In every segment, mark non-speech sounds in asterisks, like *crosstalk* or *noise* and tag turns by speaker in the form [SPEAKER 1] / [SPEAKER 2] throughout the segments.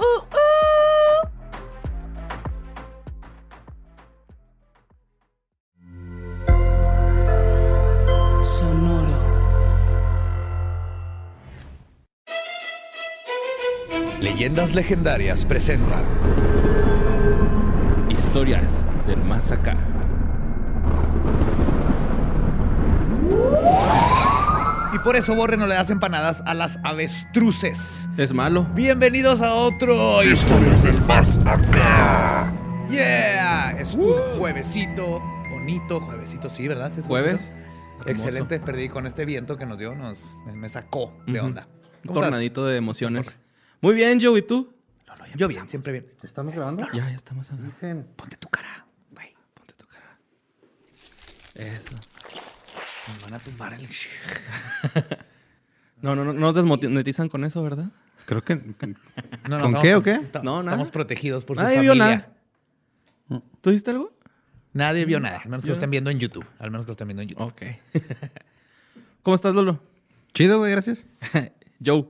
[SPEAKER 1] Ooh, ooh.
[SPEAKER 2] Leyendas Legendarias presenta Historias del Más Acá.
[SPEAKER 3] Y por eso Borre no le das empanadas a las avestruces.
[SPEAKER 2] Es malo.
[SPEAKER 3] Bienvenidos a otro Historias del Más Acá. Yeah, es un juevesito bonito, juevesito sí, ¿verdad? ¿Sí es
[SPEAKER 2] Jueves.
[SPEAKER 3] juevesito?
[SPEAKER 2] Hermoso.
[SPEAKER 3] Excelente, perdí con este viento que nos dio, nos me, me sacó de
[SPEAKER 2] Ujú.
[SPEAKER 3] onda.
[SPEAKER 2] Un
[SPEAKER 3] ¿Cómo estás?
[SPEAKER 2] tornadito de emociones. Muy bien, Joe, ¿y tú?
[SPEAKER 3] Yo bien, siempre bien.
[SPEAKER 4] ¿Estamos grabando?
[SPEAKER 2] Ya, ya estamos hablando.
[SPEAKER 4] Dicen.
[SPEAKER 3] Ponte tu cara, güey.
[SPEAKER 2] Ponte tu cara. Eso.
[SPEAKER 3] Nos van a tumbar el
[SPEAKER 2] No, no, no, no nos desmonetizan con eso, ¿verdad?
[SPEAKER 4] Creo que.
[SPEAKER 3] No, no,
[SPEAKER 4] ¿Con
[SPEAKER 3] estamos-
[SPEAKER 4] qué o qué?
[SPEAKER 3] esta-
[SPEAKER 2] No, nada.
[SPEAKER 3] Estamos protegidos por su
[SPEAKER 2] Nadie
[SPEAKER 3] familia.
[SPEAKER 2] vio nada. ¿Tú hiciste algo?
[SPEAKER 3] Nadie vio nada, al menos que
[SPEAKER 2] Yo-
[SPEAKER 3] lo estén viendo en YouTube. Al menos que lo estén viendo en YouTube.
[SPEAKER 2] Ok. *laughs* ¿Cómo estás, Lolo?
[SPEAKER 4] Chido, güey, gracias.
[SPEAKER 2] Joe.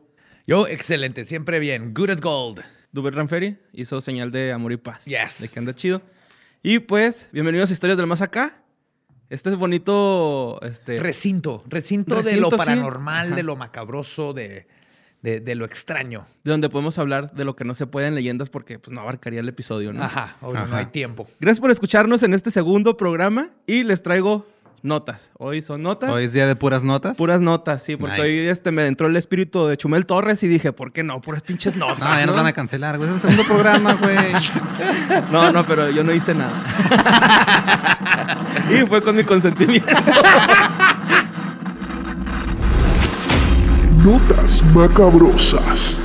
[SPEAKER 3] Yo, excelente, siempre bien. Good as gold.
[SPEAKER 2] Duber Ranferi hizo señal de amor y paz.
[SPEAKER 3] Yes.
[SPEAKER 2] De que anda chido. Y pues, bienvenidos a Historias del Más Acá. Este es bonito. Este,
[SPEAKER 3] Recinto, recinto, de
[SPEAKER 2] Recinto,
[SPEAKER 3] lo
[SPEAKER 2] sí.
[SPEAKER 3] paranormal,
[SPEAKER 2] Ajá.
[SPEAKER 3] de lo macabroso, de, de- de lo extraño.
[SPEAKER 2] de donde podemos hablar de lo que no se puede en leyendas porque pues, no abarcaría el episodio, ¿no?
[SPEAKER 3] Ajá, obvio, no
[SPEAKER 4] Ajá.
[SPEAKER 3] hay tiempo.
[SPEAKER 2] Gracias por escucharnos en este segundo programa y les traigo notas. Hoy son notas.
[SPEAKER 4] Hoy es día de puras notas.
[SPEAKER 2] Puras notas, sí, porque
[SPEAKER 4] Nice.
[SPEAKER 2] hoy este, me entró el espíritu de Chumel Torres y dije, ¿por qué no? Puras pinches notas.
[SPEAKER 4] No, ya nos
[SPEAKER 2] ¿no?
[SPEAKER 4] van a cancelar, güey. Es el segundo programa, güey.
[SPEAKER 2] No, no, pero yo no hice
[SPEAKER 4] *laughs*
[SPEAKER 2] nada. y fue con mi consentimiento.
[SPEAKER 5] Notas macabrosas.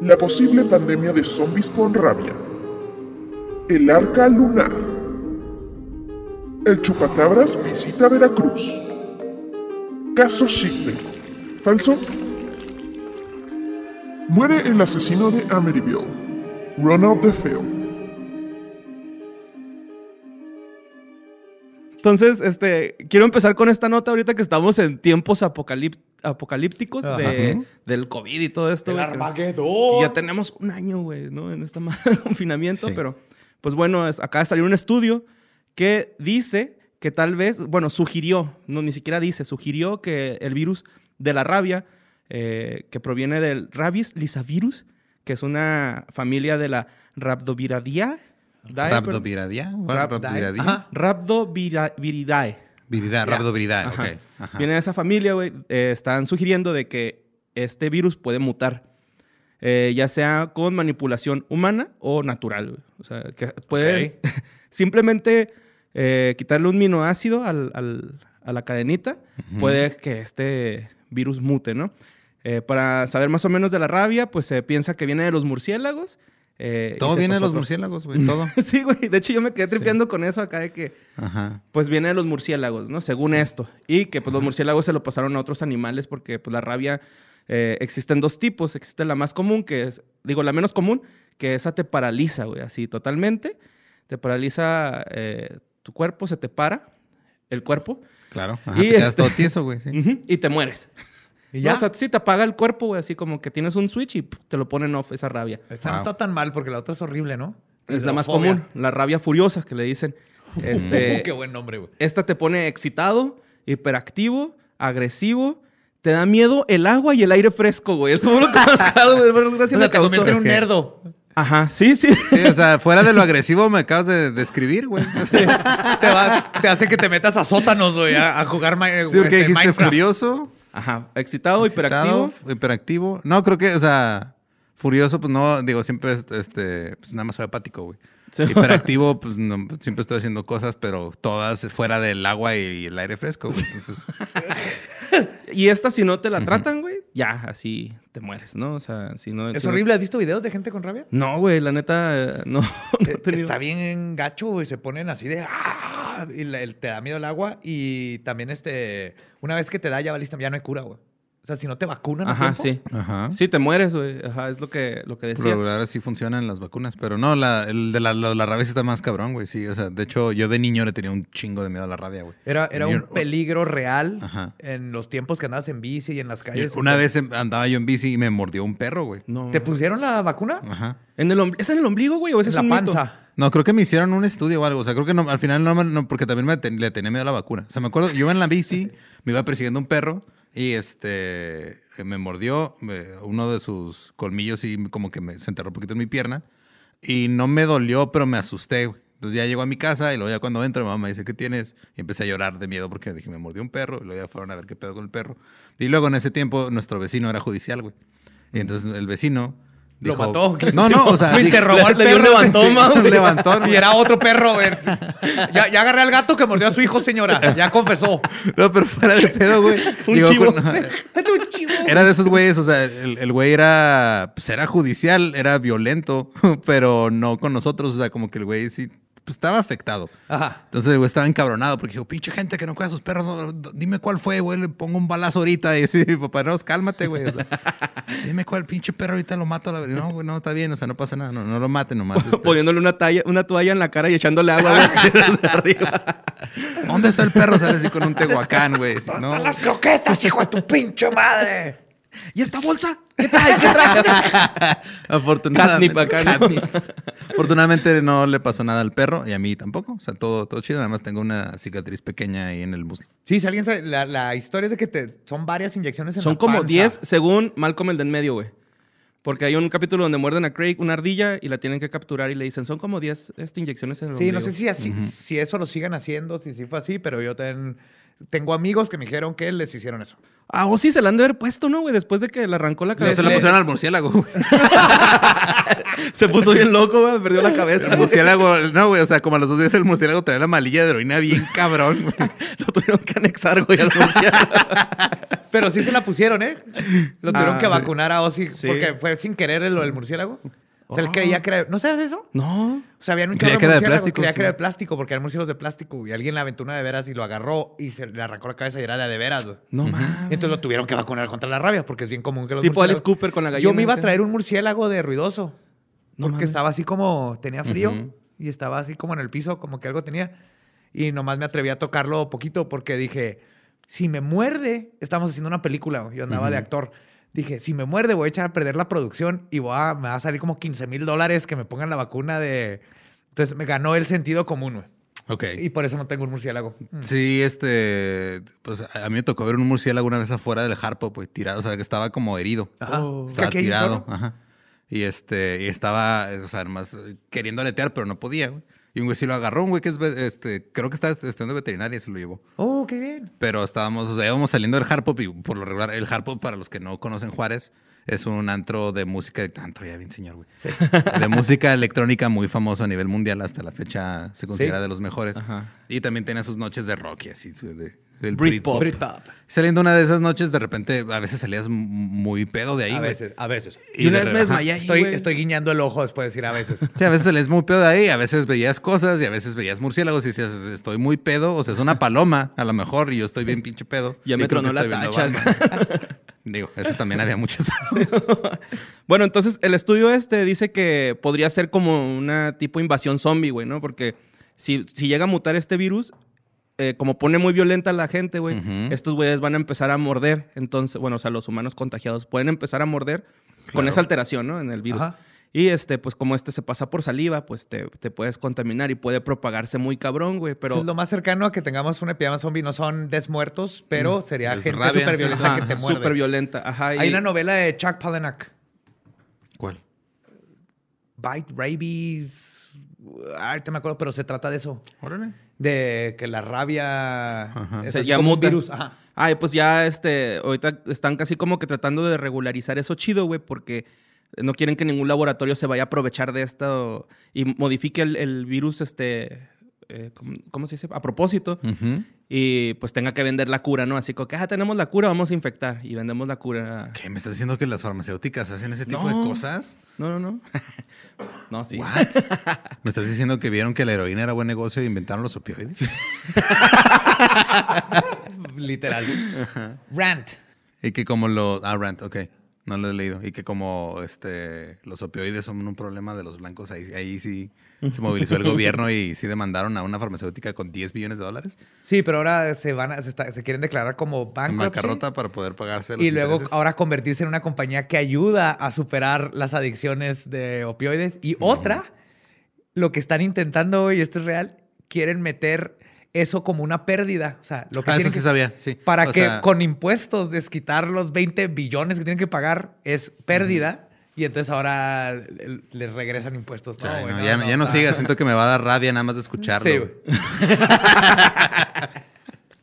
[SPEAKER 5] La posible pandemia de zombies con rabia. El arca lunar. El chupacabras visita Veracruz. Caso Shigley. ¿Falso? Muere el asesino de Amityville, Ronald DeFeo.
[SPEAKER 2] Entonces, este, quiero empezar con esta nota ahorita que estamos en tiempos apocalip- apocalípticos de- del COVID y todo esto. güey, que- que ya tenemos un año, güey, ¿no? En esta madre de confinamiento,
[SPEAKER 4] Sí.
[SPEAKER 2] pero pues bueno, es- acaba de salir un estudio que dice que tal vez, bueno, sugirió, no, ni siquiera dice, sugirió que el virus de la rabia, eh, que proviene del rabies lisavirus, que es una familia de la rabdoviridae, dae, perdón,
[SPEAKER 4] Rabdoviridae.
[SPEAKER 2] Rab-
[SPEAKER 4] Rabdoviridae.
[SPEAKER 3] Ajá.
[SPEAKER 2] rabdoviridae,
[SPEAKER 4] Viridad, rabdoviridae. Ok. Ajá.
[SPEAKER 2] Viene de esa familia, güey. eh, están sugiriendo de que este virus puede mutar. eh, ya sea con manipulación humana o natural, güey. O sea, que puede *laughs* simplemente eh, quitarle un minoácido al- al- a la cadenita. Puede que este virus mute, ¿no? Eh, para saber más o menos de la rabia, pues se piensa que viene de los murciélagos. eh, y
[SPEAKER 4] Todo
[SPEAKER 2] se
[SPEAKER 4] viene de
[SPEAKER 2] pasó
[SPEAKER 4] los
[SPEAKER 2] a otros-
[SPEAKER 4] murciélagos, güey. Todo.
[SPEAKER 2] *laughs* sí, güey. De hecho, yo me quedé tripeando con eso acá de que
[SPEAKER 4] Ajá.
[SPEAKER 2] pues viene de los murciélagos, ¿no? Según esto. Y que pues los murciélagos se lo pasaron a otros animales porque pues la rabia eh, existen dos tipos. Existe la más común, que es, digo, la menos común, que esa te paraliza, güey, así totalmente. Te paraliza eh, tu cuerpo, se te para el cuerpo
[SPEAKER 4] Claro. Ajá.
[SPEAKER 2] Y
[SPEAKER 4] Te quedas
[SPEAKER 2] este-
[SPEAKER 4] todo tieso, güey. sí.
[SPEAKER 2] ujú, y te mueres.
[SPEAKER 3] Y
[SPEAKER 2] No,
[SPEAKER 3] ya.
[SPEAKER 2] o sea, sí te apaga el cuerpo, güey, así como que tienes un switch y puf, te lo ponen off esa rabia.
[SPEAKER 3] Esta no
[SPEAKER 4] Wow.
[SPEAKER 3] está tan mal porque la otra es horrible, ¿no?
[SPEAKER 2] Es la más
[SPEAKER 3] Hidrofobia.
[SPEAKER 2] común,
[SPEAKER 3] *laughs*
[SPEAKER 2] la rabia furiosa que le dicen. Este,
[SPEAKER 3] Qué buen nombre, güey.
[SPEAKER 2] Esta te pone excitado, hiperactivo, agresivo. Te da miedo el agua y el aire fresco, güey. Eso fue lo que más cago, güey. Más gracia
[SPEAKER 3] O
[SPEAKER 2] me
[SPEAKER 3] sea, te
[SPEAKER 2] causó.
[SPEAKER 3] convierte en un
[SPEAKER 4] Ok.
[SPEAKER 3] nerdo.
[SPEAKER 2] Ajá, sí, sí.
[SPEAKER 4] Sí, o sea, fuera de lo agresivo me acabas de describir, güey. Sí,
[SPEAKER 3] te, va- te hace que te metas a sótanos, güey, a, a jugar ma- este,
[SPEAKER 4] porque dijiste
[SPEAKER 3] Minecraft.
[SPEAKER 4] furioso,
[SPEAKER 2] Ajá, excitado,
[SPEAKER 4] excitado,
[SPEAKER 2] hiperactivo.
[SPEAKER 4] hiperactivo. No, creo que, o sea, furioso, pues no, digo, siempre, es, este, pues nada más soy apático, güey.
[SPEAKER 2] Sí.
[SPEAKER 4] Hiperactivo, pues no, siempre estoy haciendo cosas, pero todas fuera del agua y el aire fresco, güey. Entonces,
[SPEAKER 2] Y esta, si no te la tratan, güey, ya, así te mueres, ¿no? O sea, si no.
[SPEAKER 3] Es
[SPEAKER 2] si no-
[SPEAKER 3] horrible. ¿Has visto videos de gente con rabia?
[SPEAKER 2] No, *laughs* güey, la neta, eh, no. no he tenido-
[SPEAKER 3] Está bien gacho, güey. Se ponen así de... ¡Ah! ¡ah! Y la- el- te da miedo el agua. Y también, este, una vez que te da, ya valiste, ya no hay cura, güey. O sea, si no te vacunan, a
[SPEAKER 2] Ajá,
[SPEAKER 3] tiempo,
[SPEAKER 2] sí.
[SPEAKER 4] Ajá.
[SPEAKER 2] Sí, te mueres, güey. Ajá, es lo que, lo que
[SPEAKER 4] Por
[SPEAKER 2] decía.
[SPEAKER 4] lo regular así funcionan las vacunas, pero no, la, el de la, la- la rabia sí está más cabrón, güey. Sí, o sea, de hecho, yo de niño le tenía un chingo de miedo a la rabia, güey.
[SPEAKER 3] Era, era un
[SPEAKER 4] Yo-
[SPEAKER 3] peligro real
[SPEAKER 4] Ajá.
[SPEAKER 3] en los tiempos que andabas en bici y en las
[SPEAKER 4] yo-
[SPEAKER 3] calles.
[SPEAKER 4] Una vez em- andaba yo en bici y me mordió un perro, güey.
[SPEAKER 2] No.
[SPEAKER 3] ¿Te pusieron la vacuna? Pues,
[SPEAKER 4] Ajá.
[SPEAKER 2] ¿En el ombli- ¿Es en el ombligo, güey? ¿O ese
[SPEAKER 3] En
[SPEAKER 2] es
[SPEAKER 3] la
[SPEAKER 2] un mito?
[SPEAKER 3] panza.
[SPEAKER 4] No, creo que me hicieron un estudio o algo. O sea, creo que no, al final no, me- no, porque también me ten- le tenía miedo a la vacuna. O sea, me acuerdo, yo iba en la bici, me iba persiguiendo un perro y este me mordió me- uno de sus colmillos y como que me, se enterró un poquito en mi pierna. Y no me dolió, pero me asusté. güey. Entonces ya llego a mi casa y luego ya cuando entro, mi mamá me dice, ¿qué tienes? Y empecé a llorar de miedo porque dije, me mordió un perro. Y luego ya fueron a ver qué pedo con el perro. Y luego en ese tiempo, nuestro vecino era judicial, güey. Y entonces el vecino...
[SPEAKER 3] Lo
[SPEAKER 4] dijo-
[SPEAKER 3] mató.
[SPEAKER 4] No, no, o sea...
[SPEAKER 3] Me
[SPEAKER 4] dije-
[SPEAKER 3] interrogó al
[SPEAKER 2] le dio un
[SPEAKER 3] perro.
[SPEAKER 2] levantón,
[SPEAKER 3] güey.
[SPEAKER 4] *laughs* un levantón,
[SPEAKER 3] Y
[SPEAKER 4] güey.
[SPEAKER 3] era otro perro, güey. Ya, ya agarré al gato que mordió a su hijo, señora. Ya confesó.
[SPEAKER 4] *laughs* No, pero fuera de pedo, güey.
[SPEAKER 2] Un
[SPEAKER 4] Llegó
[SPEAKER 2] chivo. *laughs*
[SPEAKER 4] con- Era de esos güeyes, o sea, el, el güey era, pues era judicial, era violento, *laughs* pero no con nosotros, o sea, como que el güey sí, pues estaba afectado.
[SPEAKER 3] Ajá.
[SPEAKER 4] Entonces el güey estaba encabronado porque dijo, pinche gente que no cuida a sus perros, no, no, dime cuál fue, güey, le pongo un balazo ahorita. Y así, mi papá, no, cálmate, güey. o sea, dime cuál pinche perro ahorita lo mato a la verga. No, güey, no, está bien, o sea, no pasa nada, no, no lo mate nomás.
[SPEAKER 2] *laughs*
[SPEAKER 4] este,
[SPEAKER 2] Poniéndole una, talla, una toalla en la cara y echándole agua güey, *laughs* así desde arriba.
[SPEAKER 4] ¿Dónde está el perro? Sale así con un tehuacán, güey. así, No, güey.
[SPEAKER 3] croquetas, hijo de tu pinche madre!
[SPEAKER 4] ¿Y esta bolsa? ¿Qué trae? ¿Qué trae? Afortunadamente.
[SPEAKER 2] Catnip acá, ¿no?
[SPEAKER 4] Afortunadamente no le pasó nada al perro y a mí tampoco. O sea, todo, todo chido. Nada más tengo una cicatriz pequeña ahí en el muslo.
[SPEAKER 3] Sí, si alguien sabe, la, la historia es de que te, son varias inyecciones en
[SPEAKER 2] Son
[SPEAKER 3] la
[SPEAKER 2] como
[SPEAKER 3] panza.
[SPEAKER 2] 10 según Malcolm el de en medio, güey. Porque hay un capítulo donde muerden a Craig una ardilla y la tienen que capturar y le dicen, son como 10 este, inyecciones en el
[SPEAKER 3] Sí, no
[SPEAKER 2] ombligo".
[SPEAKER 3] sé si, así, si eso lo sigan haciendo, si sí fue así, pero yo ten- tengo amigos que me dijeron que les hicieron eso.
[SPEAKER 2] Ah, o sí, se la han de haber puesto, ¿no, güey? Después de que le arrancó la
[SPEAKER 4] No se
[SPEAKER 2] cabeza.
[SPEAKER 4] la
[SPEAKER 2] Le-
[SPEAKER 4] pusieron al murciélago, güey.
[SPEAKER 2] Se puso bien loco, güey. Perdió la cabeza.
[SPEAKER 4] El murciélago, no, güey. O sea, como a los dos días el murciélago traía la malilla de heroína bien cabrón, güey.
[SPEAKER 2] Lo tuvieron que anexar, güey, al murciélago.
[SPEAKER 3] Pero sí se la pusieron, ¿eh? *laughs* Lo tuvieron
[SPEAKER 2] Ah,
[SPEAKER 3] que
[SPEAKER 2] sí.
[SPEAKER 3] vacunar a Ozzy
[SPEAKER 2] Sí. Oh.
[SPEAKER 3] porque fue sin querer lo del murciélago. O sea, él creía que era... ¿No sabes eso?
[SPEAKER 2] No.
[SPEAKER 3] O sea, habían un
[SPEAKER 4] Creía
[SPEAKER 3] chorro
[SPEAKER 4] que
[SPEAKER 3] de
[SPEAKER 4] era de
[SPEAKER 3] murciélagos,
[SPEAKER 4] plástico,
[SPEAKER 3] creía
[SPEAKER 4] sí.
[SPEAKER 3] que era de plástico porque eran murciélagos de plástico y alguien la aventó una de veras y lo agarró y se le arrancó la cabeza y era de, a de veras, güey.
[SPEAKER 2] No mames.
[SPEAKER 3] Entonces lo tuvieron que vacunar contra la rabia porque es bien común que los
[SPEAKER 2] Tipo Alice
[SPEAKER 3] murciélagos-
[SPEAKER 2] Cooper con la gallina.
[SPEAKER 3] Yo me iba a
[SPEAKER 2] acá.
[SPEAKER 3] traer un murciélago de ruidoso.
[SPEAKER 2] No
[SPEAKER 3] porque
[SPEAKER 2] mames.
[SPEAKER 3] estaba así como, tenía frío
[SPEAKER 4] Ujú.
[SPEAKER 3] y estaba así como en el piso, como que algo tenía. Y nomás me atreví a tocarlo poquito porque dije, si me muerde, estamos haciendo una película, güey, yo andaba de actor. Dije, si me muerde, voy a echar a perder la producción y voy a- me va a salir como 15 mil dólares que me pongan la vacuna de... Entonces me ganó el sentido común, güey.
[SPEAKER 4] Ok.
[SPEAKER 3] Y por eso no tengo un murciélago. Mm.
[SPEAKER 4] Sí, este, pues a a mí me tocó ver un murciélago una vez afuera del Harpo, pues tirado, o sea, que estaba como herido.
[SPEAKER 3] Ajá.
[SPEAKER 2] Oh.
[SPEAKER 3] Es que
[SPEAKER 4] Estaba
[SPEAKER 3] aquí hay un
[SPEAKER 4] tirado,
[SPEAKER 3] chorro.
[SPEAKER 4] ajá. Y este, y estaba, eh, o sea, más queriendo aletear, pero no podía, güey. Y un güey sí lo agarró, un güey que es, ve- este, creo que está estudiando veterinaria y se lo llevó.
[SPEAKER 3] Oh, qué bien.
[SPEAKER 4] Pero estábamos, o sea, íbamos saliendo del Harpop y por lo regular, el Harpop, para los que no conocen Juárez, es un antro de música, antro ya bien señor, güey. De música electrónica muy famoso a nivel mundial, hasta la fecha se considera de los mejores.
[SPEAKER 2] Ajá.
[SPEAKER 4] Y también tiene sus noches de rock y así, su- de, del
[SPEAKER 2] Britpop.
[SPEAKER 4] Britpop.
[SPEAKER 3] Britpop.
[SPEAKER 4] Saliendo una de esas noches, de repente, a veces salías m- muy pedo de ahí,
[SPEAKER 3] A
[SPEAKER 4] güey.
[SPEAKER 3] veces, a veces.
[SPEAKER 2] Y una
[SPEAKER 4] de
[SPEAKER 2] vez me
[SPEAKER 4] re- ajá.
[SPEAKER 2] desmayé ahí,
[SPEAKER 3] Estoy,
[SPEAKER 2] güey.
[SPEAKER 3] estoy guiñando el ojo después de decir a veces.
[SPEAKER 4] Sí, a veces les muy pedo de ahí, a veces veías cosas y a veces veías murciélagos y decías, estoy muy pedo, o sea, es una paloma a lo mejor y yo estoy bien pinche pedo.
[SPEAKER 2] *laughs* Ya
[SPEAKER 4] Y
[SPEAKER 2] me
[SPEAKER 4] creo que
[SPEAKER 2] tronó la
[SPEAKER 4] estoy viendo
[SPEAKER 2] tacha.
[SPEAKER 4] Batman". *laughs* Digo, eso también había muchas.
[SPEAKER 2] Bueno, entonces el estudio este dice que podría ser como una tipo invasión zombie, güey, ¿no? Porque si, si llega a mutar este virus, eh, como pone muy violenta a la gente, güey,
[SPEAKER 4] Ujú.
[SPEAKER 2] estos güeyes van a empezar a morder. Entonces, bueno, o sea, los humanos contagiados pueden empezar a morder con esa alteración, ¿no? En el virus.
[SPEAKER 3] Ajá.
[SPEAKER 2] Y este, pues como este se pasa por saliva, pues te, te puedes contaminar y puede propagarse muy cabrón, güey. Pero
[SPEAKER 3] Eso es lo más cercano a que tengamos una epidemia zombie. No son desmuertos, pero sería
[SPEAKER 4] Es
[SPEAKER 3] gente
[SPEAKER 4] rabia,
[SPEAKER 3] súper violenta
[SPEAKER 4] sí,
[SPEAKER 3] que te
[SPEAKER 4] ajá.
[SPEAKER 3] muerde.
[SPEAKER 2] súper violenta. ah, Ajá.
[SPEAKER 3] Hay
[SPEAKER 2] y-
[SPEAKER 3] una novela de Chuck Palahniuk.
[SPEAKER 4] ¿Cuál?
[SPEAKER 3] Bite, rabies... Ay, te me acuerdo, pero se trata de eso. De que la rabia... es
[SPEAKER 2] Se
[SPEAKER 3] así
[SPEAKER 2] llama
[SPEAKER 3] como un
[SPEAKER 2] muta.
[SPEAKER 3] virus. Ajá.
[SPEAKER 2] Ay, pues ya, este, ahorita están casi como que tratando de regularizar eso chido, güey, porque no quieren que ningún laboratorio se vaya a aprovechar de esto y modifique el, el virus, este, eh, ¿cómo, cómo se dice? A propósito. y pues tenga que vender la cura, ¿no? Así como que, ah, tenemos la cura, vamos a infectar y vendemos la cura.
[SPEAKER 4] ¿Qué? ¿Me estás diciendo que las farmacéuticas hacen ese
[SPEAKER 2] No.
[SPEAKER 4] tipo de cosas?
[SPEAKER 2] No, no, *laughs* no. no, sí.
[SPEAKER 4] ¿What? ¿Me estás diciendo que vieron que la heroína era buen negocio e inventaron los opioides?
[SPEAKER 3] Literal. Rant.
[SPEAKER 4] Y que como los... Ah, Rant, ok. No lo he leído. Y que como este, los opioides son un problema de los blancos, ahí, ahí sí se movilizó el gobierno y sí demandaron a una farmacéutica con 10 billones de dólares
[SPEAKER 3] Sí, pero ahora se van a- se, está- se quieren declarar como
[SPEAKER 4] en
[SPEAKER 3] bancarrota
[SPEAKER 4] bancarrota para poder pagarse los
[SPEAKER 3] y luego
[SPEAKER 4] intereses.
[SPEAKER 3] ahora convertirse en una compañía que ayuda a superar las adicciones de opioides y otra lo que están intentando hoy, esto es real, quieren meter eso como una pérdida, o sea, lo que
[SPEAKER 4] Ah, eso
[SPEAKER 3] quieren
[SPEAKER 4] sí
[SPEAKER 3] que-
[SPEAKER 4] sabía, sí.
[SPEAKER 3] para
[SPEAKER 4] O
[SPEAKER 3] que
[SPEAKER 4] sea-
[SPEAKER 3] con impuestos desquitar los 20 billones que tienen que pagar es pérdida y entonces ahora le- les regresan impuestos. No,
[SPEAKER 4] Ay,
[SPEAKER 3] güey,
[SPEAKER 4] no, ya no, ya no
[SPEAKER 3] está-
[SPEAKER 4] sigas, siento que me va a dar rabia nada más de escucharlo.
[SPEAKER 3] Sí,
[SPEAKER 4] güey.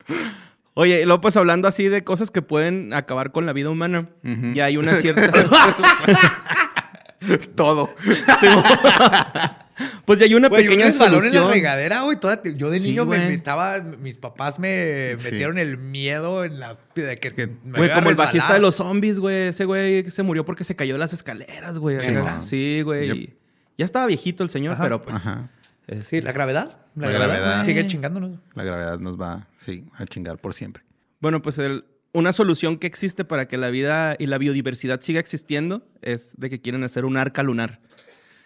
[SPEAKER 3] güey.
[SPEAKER 2] *laughs*
[SPEAKER 3] *laughs*
[SPEAKER 2] Oye, y luego pues hablando así de cosas que pueden acabar con la vida humana, ya
[SPEAKER 3] *laughs*
[SPEAKER 2] hay una cierta... *laughs*
[SPEAKER 4] Todo.
[SPEAKER 2] pues ya hay una
[SPEAKER 3] Güey,
[SPEAKER 2] pequeña
[SPEAKER 3] un resbalón en la
[SPEAKER 2] solución.
[SPEAKER 3] regadera, güey. toda- yo de
[SPEAKER 4] Sí,
[SPEAKER 3] niño me
[SPEAKER 4] güey.
[SPEAKER 3] estaba, mis papás me
[SPEAKER 4] Sí.
[SPEAKER 3] metieron el miedo en la de que,
[SPEAKER 4] que,
[SPEAKER 3] me
[SPEAKER 2] Güey,
[SPEAKER 3] iba a
[SPEAKER 2] como el
[SPEAKER 3] resbalar.
[SPEAKER 2] bajista de los zombies, güey. Ese güey se murió porque se cayó de las escaleras, güey.
[SPEAKER 4] Sí,
[SPEAKER 2] Acá-
[SPEAKER 4] no.
[SPEAKER 2] Sí, güey.
[SPEAKER 4] Yep.
[SPEAKER 2] y Ya estaba viejito el señor,
[SPEAKER 3] Ajá.
[SPEAKER 2] pero pues...
[SPEAKER 4] Ajá.
[SPEAKER 2] este,
[SPEAKER 3] Sí, la gravedad. La,
[SPEAKER 4] La
[SPEAKER 3] gravedad,
[SPEAKER 4] gravedad.
[SPEAKER 3] güey, sigue chingándonos.
[SPEAKER 4] La gravedad nos va, sí, a chingar por siempre.
[SPEAKER 2] Bueno, pues el- una solución que existe para que la vida y la biodiversidad siga existiendo es de que quieren hacer un arca lunar.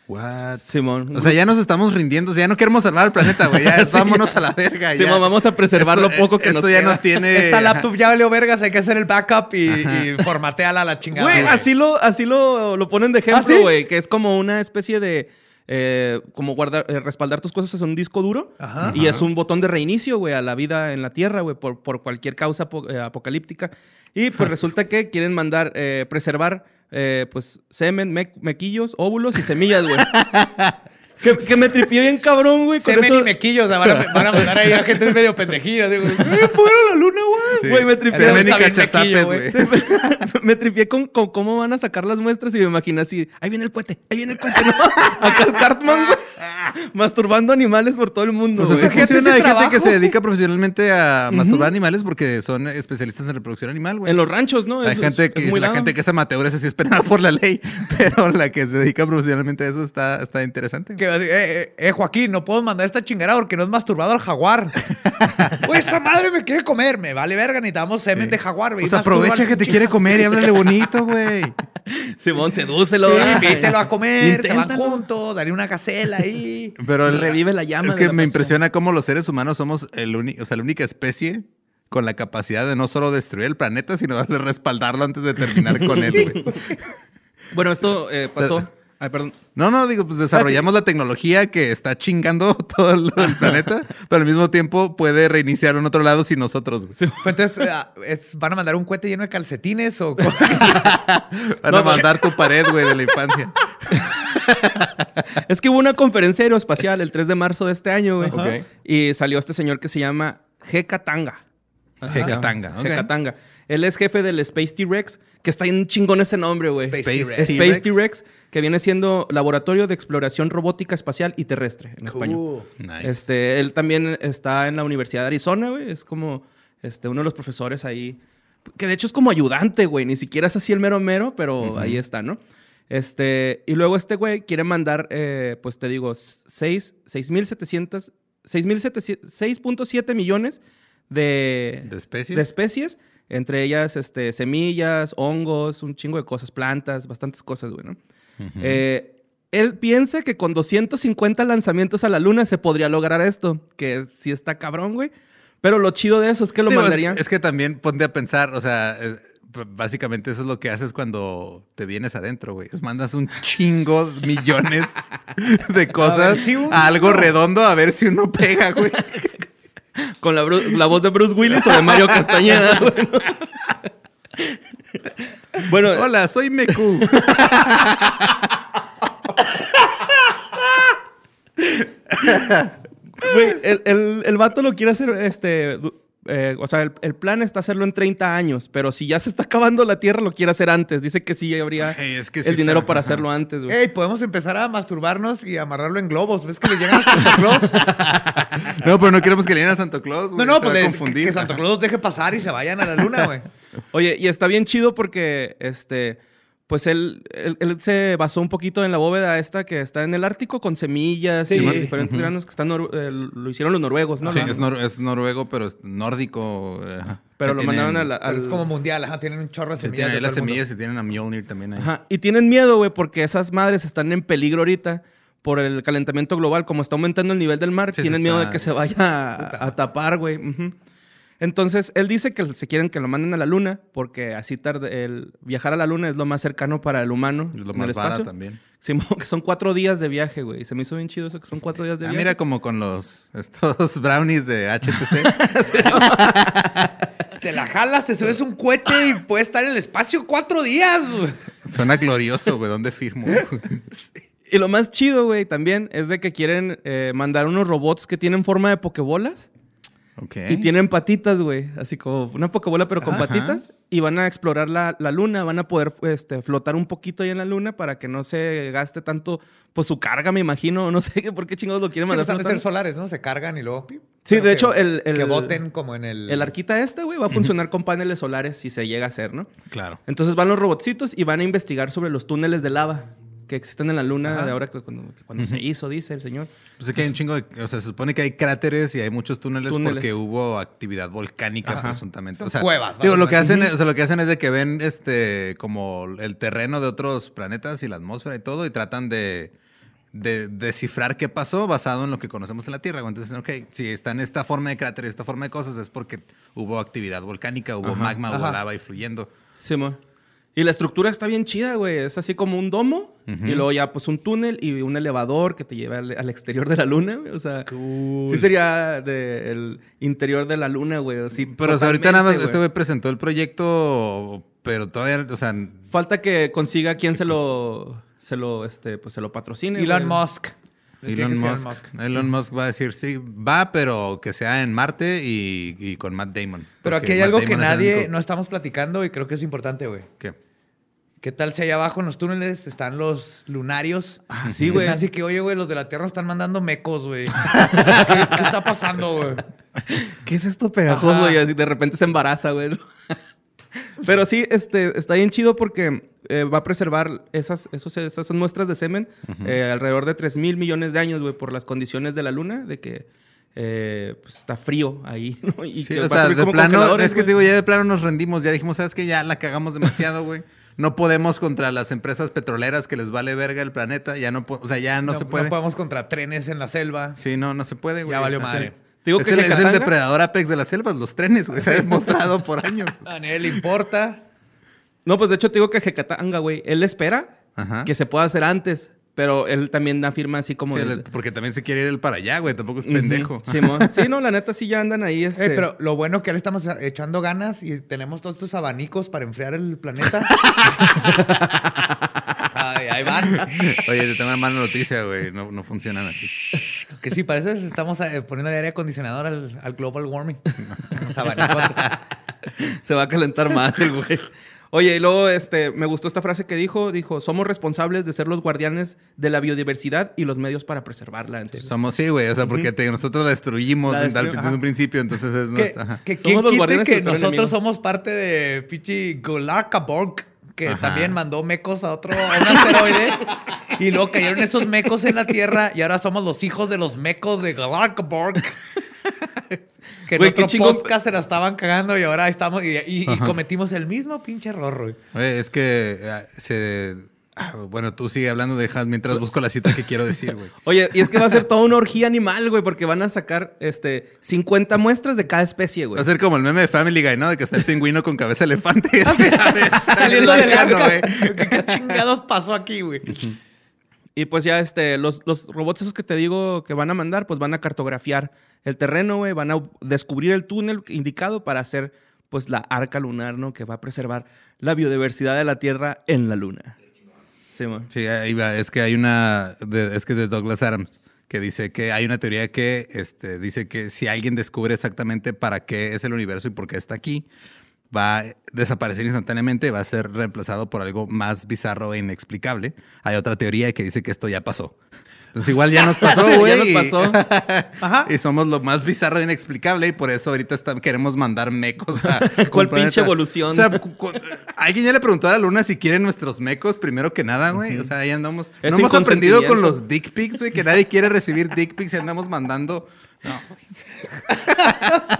[SPEAKER 4] What?
[SPEAKER 2] Simón.
[SPEAKER 4] O sea, ya nos estamos rindiendo, o sea, ya no queremos salvar al planeta, güey. Ya, vámonos a la verga.
[SPEAKER 2] Simón,
[SPEAKER 4] ya.
[SPEAKER 2] vamos a preservar
[SPEAKER 4] Esto-
[SPEAKER 2] lo poco que
[SPEAKER 4] esto
[SPEAKER 2] nos
[SPEAKER 4] ya
[SPEAKER 2] queda.
[SPEAKER 4] no tiene.
[SPEAKER 3] Esta laptop ya valió vergas, hay que hacer el backup y, y formateala a la chingada.
[SPEAKER 2] Güey, así lo, así lo, lo ponen de ejemplo,
[SPEAKER 3] sí?
[SPEAKER 2] güey, que es como una especie de... eh, como guardar, eh, respaldar tus cosas en un disco duro
[SPEAKER 3] Ajá.
[SPEAKER 2] y es un botón de reinicio, güey, a la vida en la Tierra, güey, por, por cualquier causa apo- eh, apocalíptica. Y pues resulta que quieren mandar, eh, preservar, eh, pues, semen, mec- mequillos, óvulos y semillas, güey. que, que me tripié bien cabrón, güey. con
[SPEAKER 3] Semen
[SPEAKER 2] eso-
[SPEAKER 3] y mequillos, van, a, van a mandar ahí a gente medio pendejilla. Digo, "Eh, fuera la luna, güey!
[SPEAKER 4] Sí.
[SPEAKER 2] Güey, me tripié.
[SPEAKER 4] Semen y
[SPEAKER 3] Está bien mequillo,
[SPEAKER 4] cachazapes,
[SPEAKER 2] *laughs*
[SPEAKER 4] güey.
[SPEAKER 2] me tripié con, con cómo van a sacar las muestras y me imaginé así, ahí viene el cohete, ahí viene el cohete, ¿no? *laughs* Acá el Cartman, güey, masturbando animales por todo el mundo,
[SPEAKER 4] O sea,
[SPEAKER 2] güey.
[SPEAKER 4] sí
[SPEAKER 3] gente
[SPEAKER 4] funciona.
[SPEAKER 3] sí
[SPEAKER 4] Hay Pues gente que
[SPEAKER 3] trabaja.
[SPEAKER 4] se dedica profesionalmente a masturbar animales porque son especialistas en reproducción animal,
[SPEAKER 2] *laughs*
[SPEAKER 4] güey.
[SPEAKER 2] En los ranchos, ¿no?
[SPEAKER 4] Hay
[SPEAKER 2] Es-
[SPEAKER 4] gente
[SPEAKER 2] es-
[SPEAKER 4] que,
[SPEAKER 2] es muy
[SPEAKER 4] la
[SPEAKER 2] lado.
[SPEAKER 4] gente que es amateur, esa sí es penada *laughs* por la ley, pero la que se dedica profesionalmente a eso está, está interesante. güey.
[SPEAKER 3] Que va a decir, eh, eh, eh, Joaquín, no puedo mandar esta chingada porque no es masturbado al *laughs* jaguar. Güey, esa madre me quiere comer. Me vale verga, necesitamos semen de jaguar, güey.
[SPEAKER 4] Pues aprovecha que te quiere comer y háblale bonito, güey.
[SPEAKER 2] Simón, sedúcelo.
[SPEAKER 3] comer.
[SPEAKER 2] ay.
[SPEAKER 3] invítelo a comer, se van
[SPEAKER 2] Inténtalo.
[SPEAKER 3] juntos, daré una gacela ahí.
[SPEAKER 4] Pero el-
[SPEAKER 2] Revive la llama
[SPEAKER 4] Es
[SPEAKER 2] de
[SPEAKER 4] que
[SPEAKER 2] la
[SPEAKER 4] me
[SPEAKER 2] pasión.
[SPEAKER 4] impresiona cómo los seres humanos somos el único, o sea, la única especie con la capacidad de no solo destruir el planeta, sino de respaldarlo antes de terminar
[SPEAKER 2] *laughs*
[SPEAKER 4] con él, güey.
[SPEAKER 2] Bueno, esto eh, pasó. Ay, perdón.
[SPEAKER 4] No, no, digo, pues desarrollamos la tecnología que está chingando *laughs* todo el, el
[SPEAKER 2] *laughs*
[SPEAKER 4] planeta, pero al mismo tiempo puede reiniciar en otro lado sin nosotros, güey.
[SPEAKER 3] Pues entonces, eh, es- ¿van a mandar un cohete lleno de calcetines o cómo?
[SPEAKER 4] Van
[SPEAKER 2] pues, *laughs*
[SPEAKER 4] a mandar tu pared, güey, de la infancia.
[SPEAKER 2] Es que hubo una conferencia aeroespacial el 3 de marzo de este año, güey.
[SPEAKER 4] Ok.
[SPEAKER 2] Y salió este señor que se llama Heka Tanga.
[SPEAKER 4] Heka Tanga, ok.
[SPEAKER 2] Heka Tanga. Él es jefe del Space T-Rex, que está en chingón ese nombre, güey.
[SPEAKER 3] Space
[SPEAKER 2] Pues, Space Space T-Rex, que viene siendo Laboratorio de Exploración Robótica Espacial y Terrestre en español.
[SPEAKER 4] Nice.
[SPEAKER 2] Este, él también está en la Universidad de Arizona, güey. Es como este, uno de los profesores ahí. Que de hecho es como ayudante, güey. Ni siquiera es así el mero mero, pero ahí está, ¿no? Este, y luego este güey quiere mandar, eh, pues te digo, 6, 6.700, 6.700, 6.7 millones de,
[SPEAKER 4] ¿De especies?
[SPEAKER 2] de especies, entre ellas este, semillas, hongos, un chingo de cosas, plantas, bastantes cosas, güey, ¿no? Eh, él piensa que con 250 lanzamientos a la luna se podría lograr esto, que sí está cabrón, güey. Pero lo chido de eso es que lo
[SPEAKER 4] Digo, es-
[SPEAKER 2] mandarían.
[SPEAKER 4] Es, que también ponte a pensar, o sea, es- b- básicamente eso es lo que haces cuando te vienes adentro, güey. Es mandas un
[SPEAKER 2] *laughs*
[SPEAKER 4] chingo, millones de cosas
[SPEAKER 3] si uno-
[SPEAKER 4] a algo redondo a ver si uno pega,
[SPEAKER 2] *laughs*
[SPEAKER 4] güey.
[SPEAKER 2] Con la, Bru- la voz de Bruce Willis o de *laughs* Mario Castañeda, güey. ¿no? Bueno,
[SPEAKER 4] Hola, soy Meku.
[SPEAKER 2] güey, el, el- el vato lo quiere hacer este, du- eh, o sea, el, el plan está hacerlo en 30 años, pero si ya se está acabando la tierra, lo quiere hacer antes. Dice que sí habría
[SPEAKER 4] Ey, es que sí
[SPEAKER 2] el dinero
[SPEAKER 4] está-
[SPEAKER 2] para
[SPEAKER 4] ajá.
[SPEAKER 2] hacerlo antes, güey.
[SPEAKER 3] Ey, podemos empezar a masturbarnos y amarrarlo en globos. ¿Ves que le llegan a Santa Claus?
[SPEAKER 4] *laughs* No, pero no queremos que le den a Santo Claus,
[SPEAKER 3] No,
[SPEAKER 4] güey.
[SPEAKER 3] no,
[SPEAKER 4] se va
[SPEAKER 3] pues
[SPEAKER 4] a
[SPEAKER 3] le-
[SPEAKER 4] confundir.
[SPEAKER 3] que Santa Claus los deje pasar y se vayan a la luna, güey.
[SPEAKER 2] Oye, y está bien chido porque, este, pues él, él, él se basó un poquito en la bóveda esta que está en el Ártico con semillas
[SPEAKER 3] Sí.
[SPEAKER 2] y diferentes granos que están nor- eh, lo hicieron los noruegos, ¿no?
[SPEAKER 4] Sí,
[SPEAKER 2] La-
[SPEAKER 4] es, nor- es noruego, pero es nórdico. eh, ajá.
[SPEAKER 2] Pero
[SPEAKER 4] Que
[SPEAKER 2] lo
[SPEAKER 4] tienen-
[SPEAKER 2] mandaron a la-
[SPEAKER 3] Pero
[SPEAKER 2] al...
[SPEAKER 3] es como mundial, ajá, tienen un chorro de
[SPEAKER 4] Se
[SPEAKER 3] semillas.
[SPEAKER 4] tienen ahí
[SPEAKER 3] de
[SPEAKER 4] las
[SPEAKER 3] todo el mundo.
[SPEAKER 4] semillas y tienen a Mjolnir también ahí.
[SPEAKER 2] Ajá, Y tienen miedo, güey, porque esas madres están en peligro ahorita por el calentamiento global. Como está aumentando el nivel del mar,
[SPEAKER 4] Sí, sí
[SPEAKER 2] tienen miedo de
[SPEAKER 4] está-
[SPEAKER 2] que se
[SPEAKER 4] *laughs*
[SPEAKER 2] vaya a, a tapar, güey. Ujú. Entonces, él dice que se quieren que lo manden a la luna, porque así tarde, el viajar a la luna es lo más cercano para el humano.
[SPEAKER 4] Es
[SPEAKER 2] en
[SPEAKER 4] lo
[SPEAKER 2] el
[SPEAKER 4] más barato
[SPEAKER 2] espacio.
[SPEAKER 4] también.
[SPEAKER 2] Simón, *laughs* que son cuatro días de viaje, güey. Se me hizo bien chido eso, que son cuatro días de
[SPEAKER 4] Ah,
[SPEAKER 2] viaje.
[SPEAKER 4] mira como con los estos *laughs* brownies
[SPEAKER 2] *laughs*
[SPEAKER 4] de HTC.
[SPEAKER 3] Te la jalas, te subes un cohete y puedes estar en el espacio cuatro días, güey.
[SPEAKER 4] Suena glorioso, güey.
[SPEAKER 2] *laughs*
[SPEAKER 4] ¿Dónde firmo?
[SPEAKER 2] Y lo más chido, güey, también es de que quieren eh, mandar unos robots que tienen forma de pokebolas
[SPEAKER 4] ok.
[SPEAKER 2] y tienen patitas, güey. Así como una pokebola, pero con
[SPEAKER 4] Ajá.
[SPEAKER 2] patitas. Y van a explorar la, la luna, van a poder este, flotar un poquito ahí en la luna para que no se gaste tanto, pues su carga, me imagino. *laughs* No sé por qué chingados lo quieren mandar.
[SPEAKER 3] Sí, pues han de
[SPEAKER 2] flotando.
[SPEAKER 3] ser solares, ¿no? Se cargan y luego... pip.
[SPEAKER 2] Sí,
[SPEAKER 3] Pero
[SPEAKER 2] de
[SPEAKER 3] que-
[SPEAKER 2] hecho, el- el-
[SPEAKER 3] Que boten como en el...
[SPEAKER 2] El arquita este, güey, va a funcionar con paneles solares si se llega a hacer, ¿no?
[SPEAKER 4] Claro.
[SPEAKER 2] Entonces van los robotcitos y van a investigar sobre los túneles de lava que existen en la luna
[SPEAKER 3] Ajá.
[SPEAKER 2] de ahora que cuando, que cuando se hizo, dice el señor.
[SPEAKER 4] Pues es que hay un chingo de. O sea, se supone que hay cráteres y hay muchos túneles,
[SPEAKER 2] Túneles.
[SPEAKER 4] porque hubo actividad volcánica
[SPEAKER 2] Ajá.
[SPEAKER 4] presuntamente.
[SPEAKER 3] Son
[SPEAKER 4] O sea,
[SPEAKER 3] cuevas,
[SPEAKER 4] Digo, lo que hacen,
[SPEAKER 3] básicamente.
[SPEAKER 4] es- o sea, lo que hacen es de que ven este como el terreno de otros planetas y la atmósfera y todo, y tratan de, de descifrar qué pasó basado en lo que conocemos en la Tierra. güey. Entonces, ok, si está en esta forma de cráteres, esta forma de cosas, es porque hubo actividad volcánica, hubo magma, hubo
[SPEAKER 3] ajá.
[SPEAKER 4] lava y fluyendo.
[SPEAKER 2] Simón. Y la estructura está bien chida, güey. Es así como un domo y luego ya pues un túnel y un elevador que te lleva al, al exterior de la luna, güey. O sea, sí sería del interior de la luna, güey. Así
[SPEAKER 4] Pero o sea, ahorita nada más
[SPEAKER 2] totalmente,
[SPEAKER 4] este güey presentó el proyecto, pero todavía, o sea,
[SPEAKER 2] Falta que consiga quien se lo, se lo, este, pues se lo patrocine.
[SPEAKER 3] Elon
[SPEAKER 2] güey.
[SPEAKER 3] Musk. Le tiene que
[SPEAKER 4] Elon
[SPEAKER 3] ser
[SPEAKER 4] Musk, Elon Musk va a decir, sí, va, pero que sea en Marte y, y con Matt Damon.
[SPEAKER 3] Pero
[SPEAKER 4] Porque
[SPEAKER 3] aquí hay
[SPEAKER 4] Matt
[SPEAKER 3] algo que
[SPEAKER 4] Damon es el
[SPEAKER 3] nadie...
[SPEAKER 4] único-
[SPEAKER 3] No estamos platicando y creo que es importante, güey.
[SPEAKER 4] ¿Qué?
[SPEAKER 3] ¿Qué tal si allá abajo en los túneles están los lunarios?
[SPEAKER 2] Ah, sí, güey.
[SPEAKER 3] Están Así que, oye, güey, los de la Tierra nos están mandando mecos, güey. *laughs* ¿Qué, qué está pasando, güey?
[SPEAKER 2] ¿Qué es esto pegajoso?
[SPEAKER 3] Ajá.
[SPEAKER 2] Y así de repente se embaraza, güey. ¿no? *laughs* Pero sí, este, está bien chido porque eh, va a preservar esas, esos, esas muestras de semen eh, alrededor de 3 mil millones de años, güey, por las condiciones de la luna, de que eh, pues, está frío ahí, *laughs* ¿no? Y
[SPEAKER 4] Sí,
[SPEAKER 2] que
[SPEAKER 4] o
[SPEAKER 2] va a
[SPEAKER 4] sea,
[SPEAKER 2] servir
[SPEAKER 4] de
[SPEAKER 2] como
[SPEAKER 4] plano,
[SPEAKER 2] congeladores,
[SPEAKER 4] es que te
[SPEAKER 2] güey.
[SPEAKER 4] digo, ya de plano nos rendimos, ya dijimos, ¿sabes qué? Ya la cagamos demasiado, güey. No podemos contra las empresas petroleras que les vale verga el planeta, ya no, po- o sea, ya no, se puede.
[SPEAKER 3] podemos contra trenes en la selva.
[SPEAKER 4] sí, no, no se puede, güey.
[SPEAKER 3] Ya valió
[SPEAKER 4] O sea,
[SPEAKER 3] madre.
[SPEAKER 2] Te digo
[SPEAKER 4] es,
[SPEAKER 2] que
[SPEAKER 4] el, es el
[SPEAKER 2] Jecatanga-
[SPEAKER 4] depredador apex de las selvas, los
[SPEAKER 3] *laughs*
[SPEAKER 4] trenes, güey. Se ha demostrado por años.
[SPEAKER 3] A nadie le importa.
[SPEAKER 2] No, pues de hecho te digo que Jecatanga, güey, él espera
[SPEAKER 4] Ajá.
[SPEAKER 2] que se pueda hacer antes, pero él también afirma así como...
[SPEAKER 4] Sí,
[SPEAKER 2] el-
[SPEAKER 4] el- porque también se quiere ir para allá, güey. Tampoco es
[SPEAKER 2] Ujú,
[SPEAKER 4] pendejo.
[SPEAKER 2] Simón. Sí, no, la neta sí ya andan ahí, este...
[SPEAKER 3] Eh, pero lo bueno que ahora estamos echando ganas y tenemos todos estos abanicos para enfriar el
[SPEAKER 4] *laughs*
[SPEAKER 3] planeta. Ay, ahí van.
[SPEAKER 4] *laughs* Oye, te tengo una mala noticia, güey. No, no funcionan así.
[SPEAKER 3] Que sí, parece que estamos eh, poniendo el aire acondicionador al, al global
[SPEAKER 4] *laughs*
[SPEAKER 3] warming. Los abanicos.
[SPEAKER 2] Se va a calentar más el *laughs* güey. Oye, y luego este, me gustó esta frase que dijo. Dijo, somos responsables de ser los guardianes de la biodiversidad y los medios para preservarla. Entonces,
[SPEAKER 4] Somos, sí, güey. O sea, porque te- nosotros la destruimos
[SPEAKER 2] La
[SPEAKER 4] en tal-
[SPEAKER 2] destruimos,
[SPEAKER 4] desde un
[SPEAKER 2] ajá.
[SPEAKER 4] principio. Entonces es
[SPEAKER 3] Que,
[SPEAKER 4] nuestra. ajá.
[SPEAKER 3] que
[SPEAKER 2] Somos
[SPEAKER 3] ¿quién
[SPEAKER 2] los
[SPEAKER 3] quite
[SPEAKER 2] guardianes
[SPEAKER 3] que
[SPEAKER 2] del peor
[SPEAKER 3] nosotros
[SPEAKER 2] enemigo.
[SPEAKER 3] somos parte de Pichi Borg, que
[SPEAKER 4] Ajá.
[SPEAKER 3] también mandó mecos a otro a un asteroide. y luego cayeron esos mecos en la Tierra y ahora somos los hijos de los mecos de Borg. Que en
[SPEAKER 2] Güey, qué
[SPEAKER 3] otro
[SPEAKER 2] chingón.
[SPEAKER 3] podcast se la estaban cagando y ahora ahí estamos y, y- y cometimos el mismo pinche error, güey.
[SPEAKER 4] Oye, es que eh, se. ah, Bueno, tú sigue hablando de Hans mientras busco la cita que quiero decir, güey.
[SPEAKER 2] Oye, y es que va a ser toda una orgía animal, güey, porque van a sacar este, 50 muestras de cada especie, güey.
[SPEAKER 4] Va a ser como el meme de Family Guy, ¿no? De que está el pingüino con cabeza de elefante.
[SPEAKER 2] Ah,
[SPEAKER 4] *laughs* Saliendo
[SPEAKER 3] Saliendo del
[SPEAKER 4] lejano,
[SPEAKER 3] arca. ¿Qué qué chingados pasó aquí, güey?
[SPEAKER 2] Y pues ya este, los, los robots esos que te digo que van a mandar, pues van a cartografiar el terreno, güey, van a descubrir el túnel indicado para hacer pues la arca lunar, ¿no? Que va a preservar la biodiversidad de la Tierra en la Luna. Sí, man.
[SPEAKER 4] Sí, ahí va. Es que hay una. de- es que de Douglas Adams. que dice que hay una teoría que este, dice que si alguien descubre exactamente para qué es el universo y por qué está aquí, va a desaparecer instantáneamente, va a ser reemplazado por algo más bizarro e inexplicable. Hay otra teoría que dice que esto ya pasó. Entonces igual
[SPEAKER 2] *laughs*
[SPEAKER 4] ya nos pasó,
[SPEAKER 2] Ya
[SPEAKER 4] güey.
[SPEAKER 2] nos pasó.
[SPEAKER 4] *laughs*
[SPEAKER 3] Ajá.
[SPEAKER 4] Y somos lo más bizarro e inexplicable y por eso ahorita está- queremos mandar mecos a...
[SPEAKER 2] *laughs* ¿Cuál pinche
[SPEAKER 4] un planeta.
[SPEAKER 2] evolución?
[SPEAKER 4] O sea, cu- cu- alguien ya le preguntó a la luna si quieren nuestros mecos primero que nada, güey. O sea, ahí andamos...
[SPEAKER 2] Es
[SPEAKER 4] no
[SPEAKER 2] sin
[SPEAKER 4] hemos aprendido con
[SPEAKER 2] consentimiento.
[SPEAKER 4] los dick pics, güey, que nadie quiere recibir dick pics y andamos mandando... No,
[SPEAKER 2] *laughs*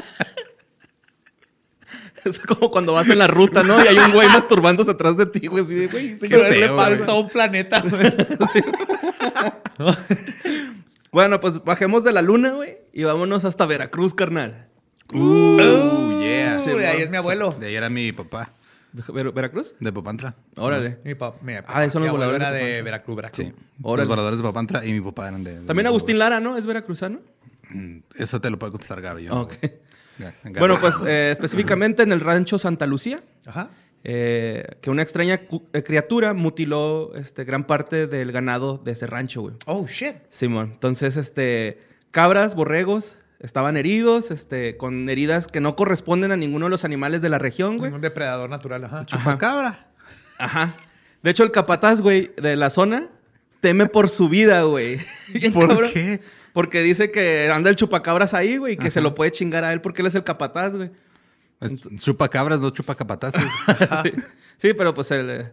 [SPEAKER 2] Es como cuando vas en la ruta, ¿no? Y hay un güey masturbándose atrás de ti, güey. Así de, güey, sí,
[SPEAKER 4] Qué
[SPEAKER 2] güey,
[SPEAKER 4] feo,
[SPEAKER 2] le
[SPEAKER 4] güey.
[SPEAKER 2] falta un planeta, güey. Sí. bueno, pues bajemos de la luna, güey, y vámonos hasta Veracruz, carnal. Oh,
[SPEAKER 4] Uh, yeah.
[SPEAKER 3] Uy, ahí es mi abuelo.
[SPEAKER 4] De ahí era mi papá,
[SPEAKER 2] ¿Ver- ¿Veracruz?
[SPEAKER 4] de Papantla.
[SPEAKER 2] Órale.
[SPEAKER 3] Mi papá, mi papá,
[SPEAKER 2] Ah, esos son
[SPEAKER 3] mi
[SPEAKER 2] los
[SPEAKER 3] abuelo
[SPEAKER 2] voladores
[SPEAKER 3] era
[SPEAKER 2] de
[SPEAKER 3] de
[SPEAKER 2] Papantla.
[SPEAKER 3] Veracruz, Veracruz.
[SPEAKER 4] Sí.
[SPEAKER 2] Órale.
[SPEAKER 4] Los voladores de Papantla y mi papá eran de... de-
[SPEAKER 2] También
[SPEAKER 4] de-
[SPEAKER 2] Agustín Lara, ¿no? ¿Es veracruzano?
[SPEAKER 4] Mm, Eso te lo puede contestar Gaby. yo no,
[SPEAKER 2] Ok.
[SPEAKER 4] güey. Ga- Gaby
[SPEAKER 2] Bueno,
[SPEAKER 4] sí.
[SPEAKER 2] pues eh, específicamente en el rancho Santa Lucía,
[SPEAKER 3] Ajá.
[SPEAKER 2] eh, que una extraña cu- eh, criatura mutiló este, gran parte del ganado de ese rancho, güey.
[SPEAKER 3] Oh, shit.
[SPEAKER 2] Simón. Entonces, este, cabras, borregos, estaban heridos, este, con heridas que no corresponden a ninguno de los animales de la región, güey.
[SPEAKER 3] Un depredador natural, ajá.
[SPEAKER 4] Chupacabra.
[SPEAKER 2] Ajá. De hecho, el capataz, güey, de la zona, teme por su vida, güey. *laughs* Bien
[SPEAKER 4] ¿Por qué?
[SPEAKER 2] Porque dice que anda el chupacabras ahí, güey, y que se lo puede chingar a él porque él es el capataz, güey.
[SPEAKER 4] Es Chupacabras,
[SPEAKER 2] *laughs*
[SPEAKER 4] no chupacapatazos.
[SPEAKER 2] Sí. Sí, pero pues el... eh,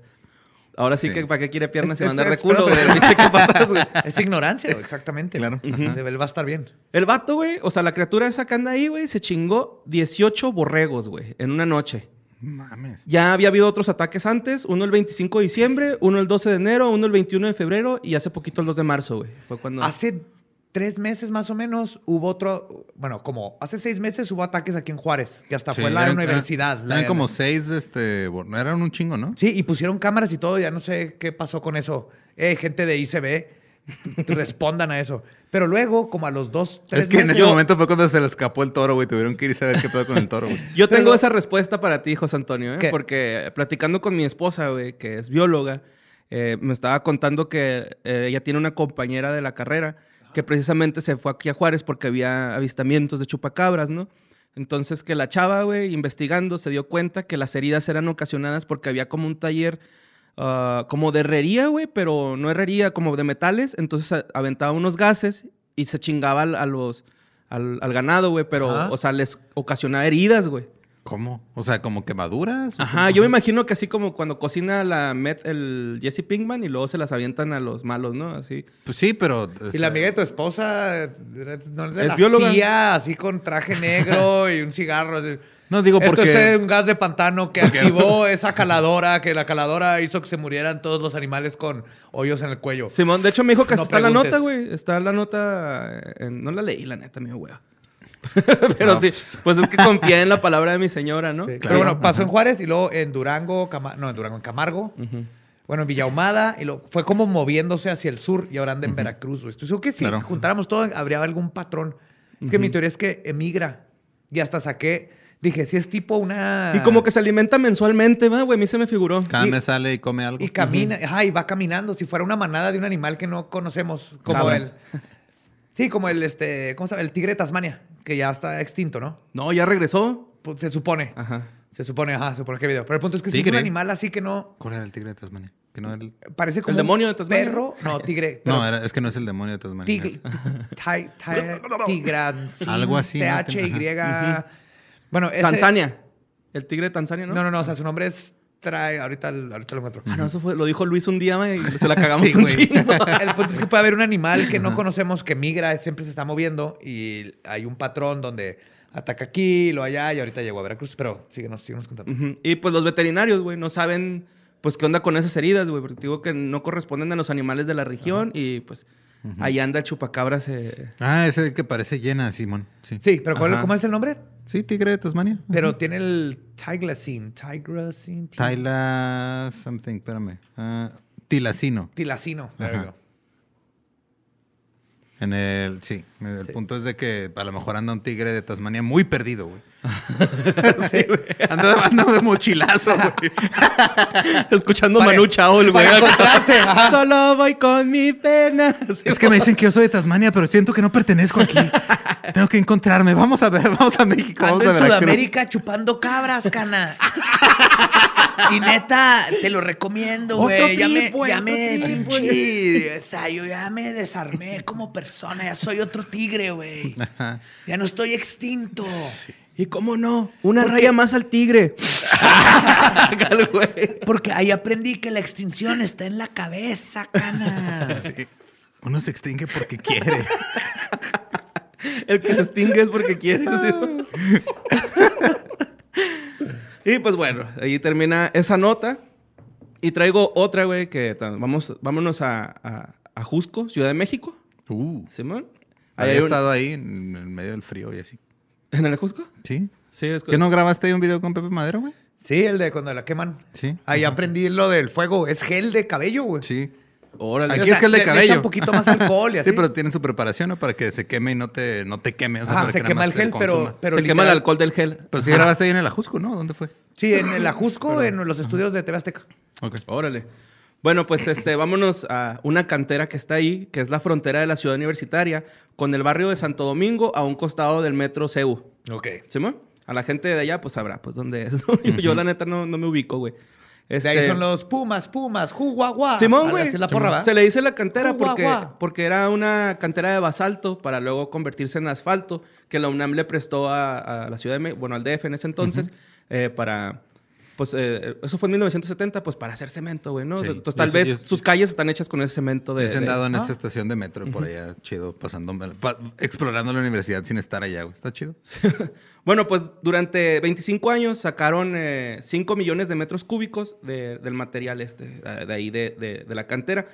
[SPEAKER 2] Ahora sí,
[SPEAKER 4] Sí.
[SPEAKER 2] que para qué quiere piernas
[SPEAKER 4] *laughs*
[SPEAKER 2] y
[SPEAKER 3] Es-
[SPEAKER 2] mandar
[SPEAKER 3] es-
[SPEAKER 2] de culo, güey.
[SPEAKER 3] espérate.
[SPEAKER 2] el pinche capataz, güey.
[SPEAKER 3] Es ignorancia, güey, exactamente.
[SPEAKER 4] Claro.
[SPEAKER 3] Ajá. Él va a estar bien.
[SPEAKER 2] El vato, güey, o sea, la criatura esa que anda ahí, güey, se chingó 18 borregos, güey, en una noche.
[SPEAKER 4] Mames.
[SPEAKER 2] Ya había habido otros ataques antes, uno el 25 de diciembre, uno el 12 de enero, uno el 21 de febrero y hace poquito el 2 de marzo, güey. Fue cuando...
[SPEAKER 3] Hace tres meses más o menos hubo otro, bueno, como hace seis meses hubo ataques aquí en Juárez, que hasta
[SPEAKER 4] Sí,
[SPEAKER 3] fue la
[SPEAKER 4] eran-
[SPEAKER 3] universidad.
[SPEAKER 4] Eran,
[SPEAKER 3] la-
[SPEAKER 4] eran como seis, este, bor- eran un chingo, ¿no?
[SPEAKER 3] Sí, y pusieron cámaras y todo, ya no sé qué pasó con eso. Eh, gente de ICB, *laughs* respondan a eso. Pero luego, como a los dos, tres
[SPEAKER 4] Es que en
[SPEAKER 3] meses-
[SPEAKER 4] ese momento fue cuando se le escapó el toro, güey. Tuvieron que ir a ver qué pedo con el
[SPEAKER 3] *laughs*
[SPEAKER 4] toro, güey.
[SPEAKER 2] Yo tengo
[SPEAKER 3] Pero-
[SPEAKER 2] esa respuesta para ti, José Antonio, ¿eh?
[SPEAKER 3] ¿Qué?
[SPEAKER 2] porque platicando con mi esposa, güey, que es bióloga, eh, me estaba contando que eh, ella tiene una compañera de la carrera que precisamente se fue aquí a Juárez porque había avistamientos de chupacabras, ¿no? Entonces que la chava, güey, investigando, se dio cuenta que las heridas eran ocasionadas porque había como un taller ah, como de herrería, güey, pero no herrería, como de metales. Entonces a- aventaba unos gases y se chingaba al- a los, al, al ganado, güey, pero,
[SPEAKER 3] Ajá.
[SPEAKER 2] o sea, les ocasionaba heridas, güey.
[SPEAKER 4] ¿Cómo? O sea, como quemaduras. o
[SPEAKER 2] Ajá,
[SPEAKER 4] cómo?
[SPEAKER 2] yo me imagino que así como cuando cocina la Met, el Jesse Pinkman y luego se las avientan a los malos, ¿no? Así.
[SPEAKER 4] Pues sí, pero.
[SPEAKER 3] Y
[SPEAKER 4] este,
[SPEAKER 3] la amiga de tu esposa eh, no es de
[SPEAKER 2] Es
[SPEAKER 3] la
[SPEAKER 2] bióloga.
[SPEAKER 3] CIA, así con traje negro
[SPEAKER 4] *laughs*
[SPEAKER 3] y un cigarro. así.
[SPEAKER 4] No, digo
[SPEAKER 3] Esto
[SPEAKER 4] porque.
[SPEAKER 3] es eh, un gas de pantano que
[SPEAKER 4] *laughs*
[SPEAKER 3] activó esa caladora, que la caladora hizo que se murieran todos los animales con hoyos en el cuello.
[SPEAKER 2] Simón, de hecho me dijo que
[SPEAKER 3] Oh. No
[SPEAKER 2] está la
[SPEAKER 3] preguntes.
[SPEAKER 2] nota, güey. Está la nota. eh, en- no la leí, la neta, mi hueva. *laughs* Pero
[SPEAKER 4] No,
[SPEAKER 2] sí,
[SPEAKER 4] pues.
[SPEAKER 2] pues es que confía en la palabra de mi señora, ¿no?
[SPEAKER 3] Sí,
[SPEAKER 4] claro.
[SPEAKER 3] Pero bueno, pasó en Juárez y luego en Durango, Cama- no, en Durango, en Camargo. Bueno, en Villahumada, y lo, fue como moviéndose hacia el sur y ahora anda en Veracruz. güey. Estoy seguro que si
[SPEAKER 4] Claro.
[SPEAKER 3] juntáramos todo, habría algún patrón. Es que mi teoría es que emigra. Y hasta saqué, dije, si es tipo una.
[SPEAKER 2] Y como que se alimenta mensualmente, ¿va, güey? A mí se me figuró.
[SPEAKER 4] Cada
[SPEAKER 3] y-
[SPEAKER 4] mes sale y come algo.
[SPEAKER 3] Y camina, ajá, y va caminando, si fuera una manada de un animal que no conocemos, como
[SPEAKER 2] Cabras.
[SPEAKER 3] el. Sí, como el este, ¿cómo se llama? El tigre de Tasmania, que ya está extinto, ¿no?
[SPEAKER 2] No, ya regresó.
[SPEAKER 3] Pues, Se supone.
[SPEAKER 2] Ajá.
[SPEAKER 3] Se supone, ajá, se supone que video. Pero el punto es que si es un
[SPEAKER 4] Ah. Tigre.
[SPEAKER 3] animal así que no.
[SPEAKER 4] ¿Cuál era el tigre de Tasmania? Que no era el-
[SPEAKER 3] Parece como.
[SPEAKER 2] ¿El
[SPEAKER 3] un
[SPEAKER 2] demonio de Tasmania?
[SPEAKER 3] Perro. No, tigre.
[SPEAKER 4] *laughs* No, era- es que no es el demonio de Tasmania.
[SPEAKER 3] Tigre.
[SPEAKER 4] es-
[SPEAKER 2] *laughs*
[SPEAKER 3] Tigran.
[SPEAKER 4] Algo así, ¿no?
[SPEAKER 3] THY. Bueno, ese.
[SPEAKER 2] Tanzania. El tigre de Tanzania, ¿no?
[SPEAKER 3] No, no, no. O sea, su nombre es. Trae. Ahorita, ahorita lo encuentro.
[SPEAKER 2] Ah, no, eso fue, lo dijo Luis un día güey, y
[SPEAKER 3] *laughs*
[SPEAKER 2] se la cagamos
[SPEAKER 3] Sí,
[SPEAKER 2] un
[SPEAKER 3] güey.
[SPEAKER 2] chingo.
[SPEAKER 3] El punto es que puede haber un animal que no conocemos que migra, siempre se está moviendo y hay un patrón donde ataca aquí, lo allá y ahorita llegó a Veracruz. Pero síguenos, síguenos contando.
[SPEAKER 2] Ujú. Y pues los veterinarios, güey, no saben pues qué onda con esas heridas, güey, porque te digo que no corresponden a los animales de la región y pues ahí anda el chupacabras. *laughs* eh.
[SPEAKER 4] Ah, es el que parece llena, Simón. Sí.
[SPEAKER 3] Sí, pero ¿cuál-
[SPEAKER 2] Ajá.
[SPEAKER 3] ¿cómo es el nombre?
[SPEAKER 4] Sí, tigre de Tasmania.
[SPEAKER 3] Pero tiene el tiglacine. Tigracine. ti-
[SPEAKER 4] Tila something, espérame. Ah, tilacino.
[SPEAKER 3] Tilacino. There we
[SPEAKER 4] Ajá.
[SPEAKER 3] go.
[SPEAKER 4] En el, sí, el punto es de que a lo mejor anda un tigre de Tasmania muy perdido, güey. *laughs* sí, güey. Anda, *laughs* anda de mochilazo, güey.
[SPEAKER 2] Escuchando Manu Chao, el güey. *laughs*
[SPEAKER 3] para encontrarse, ajá.
[SPEAKER 2] Solo voy con mi pena. *laughs* Sí.
[SPEAKER 4] Es que me dicen que yo soy de Tasmania, pero siento que no
[SPEAKER 2] *laughs*
[SPEAKER 4] pertenezco aquí. Tengo que encontrarme. Vamos a ver, vamos a México, vamos
[SPEAKER 6] Ando
[SPEAKER 4] a
[SPEAKER 6] en
[SPEAKER 4] Veracruz.
[SPEAKER 6] Sudamérica chupando cabras, cana. Y neta, te lo recomiendo,
[SPEAKER 4] Otro
[SPEAKER 6] güey. Ya me,
[SPEAKER 4] trip, güey,
[SPEAKER 6] ya
[SPEAKER 4] otro
[SPEAKER 6] me,
[SPEAKER 4] trip,
[SPEAKER 6] pinche,
[SPEAKER 4] güey.
[SPEAKER 6] o sea, yo ya me desarmé como persona. Ya soy otro tigre, güey. Ya no estoy extinto.
[SPEAKER 2] ¿Y cómo no? Una raya más al *laughs* tigre. Ándale, güey.
[SPEAKER 6] Porque ahí aprendí que la extinción está en la cabeza, cana.
[SPEAKER 4] Uno se extingue porque
[SPEAKER 2] *laughs*
[SPEAKER 4] quiere.
[SPEAKER 2] El que se extingue es porque quiere. ¿sí? y pues bueno, ahí termina esa nota. Y traigo otra, güey, que ta- vamos, vámonos a, a- a Jusco, Ciudad de México.
[SPEAKER 4] Uh,
[SPEAKER 2] Simón. Ahí
[SPEAKER 4] había
[SPEAKER 2] hay un-
[SPEAKER 4] estado ahí en en medio del frío y así.
[SPEAKER 2] *laughs* ¿En el Jusco?
[SPEAKER 4] ¿Sí?
[SPEAKER 2] Sí, es
[SPEAKER 4] ¿Que no grabaste ahí un video con Pepe Madero, güey?
[SPEAKER 3] Sí, el de cuando la queman.
[SPEAKER 4] Sí.
[SPEAKER 3] Ahí aprendí lo del fuego. Es gel de cabello, güey.
[SPEAKER 4] Sí.
[SPEAKER 2] Órale.
[SPEAKER 4] Aquí
[SPEAKER 3] o sea,
[SPEAKER 4] es que el de
[SPEAKER 3] le- le
[SPEAKER 4] cabello.
[SPEAKER 3] echa un poquito más alcohol y así.
[SPEAKER 4] *laughs* Sí, pero tienen su preparación, ¿no? Para que se queme y no te, no te queme. O sea,
[SPEAKER 3] Ajá,
[SPEAKER 4] para
[SPEAKER 3] se
[SPEAKER 4] que nada
[SPEAKER 3] quema
[SPEAKER 4] más
[SPEAKER 3] el
[SPEAKER 4] se
[SPEAKER 3] gel, pero,
[SPEAKER 4] consuma.
[SPEAKER 3] pero
[SPEAKER 2] Se quema el
[SPEAKER 3] literal-
[SPEAKER 2] alcohol del gel.
[SPEAKER 4] Pero sí grabaste ahí en el Ajusco, ¿no? ¿Dónde fue?
[SPEAKER 3] Sí, en el Ajusco, en los estudios de TV Azteca.
[SPEAKER 4] Ok.
[SPEAKER 2] Órale. Bueno, pues este, vámonos a una cantera que está ahí, que es la frontera de la ciudad universitaria, con el barrio de Santo Domingo a un costado del metro CEU.
[SPEAKER 3] Ok.
[SPEAKER 2] ¿Simón? A la gente de allá, pues sabrá, pues dónde es. ¿no? *laughs* Yo, yo, la neta, no, no me ubico, güey.
[SPEAKER 3] De
[SPEAKER 2] Este,
[SPEAKER 3] ahí son los Pumas, Pumas, Juguagua.
[SPEAKER 2] Simón, güey.
[SPEAKER 3] Así es la porra, ¿verdad?
[SPEAKER 2] Se le dice la cantera porque,
[SPEAKER 3] Juguagua.
[SPEAKER 2] porque era una cantera de basalto para luego convertirse en asfalto que la UNAM le prestó a, a la ciudad de México, bueno, al DF en ese entonces, eh, para. Pues eh, eso fue en 1970, pues para hacer cemento, güey, ¿no?
[SPEAKER 4] Sí.
[SPEAKER 2] Entonces tal
[SPEAKER 4] Yo-
[SPEAKER 2] vez
[SPEAKER 4] yo-
[SPEAKER 2] sus calles están hechas con ese cemento de.
[SPEAKER 4] Yo sí he
[SPEAKER 2] de-
[SPEAKER 4] Oh, andado en
[SPEAKER 3] ah.
[SPEAKER 4] esa estación de metro por allá, chido, pasando, pa- explorando la universidad sin estar allá, güey. Está chido.
[SPEAKER 2] Bueno, pues durante 25 años sacaron 5 millones de metros cúbicos de- del material este, eh, de ahí de, de- de la cantera.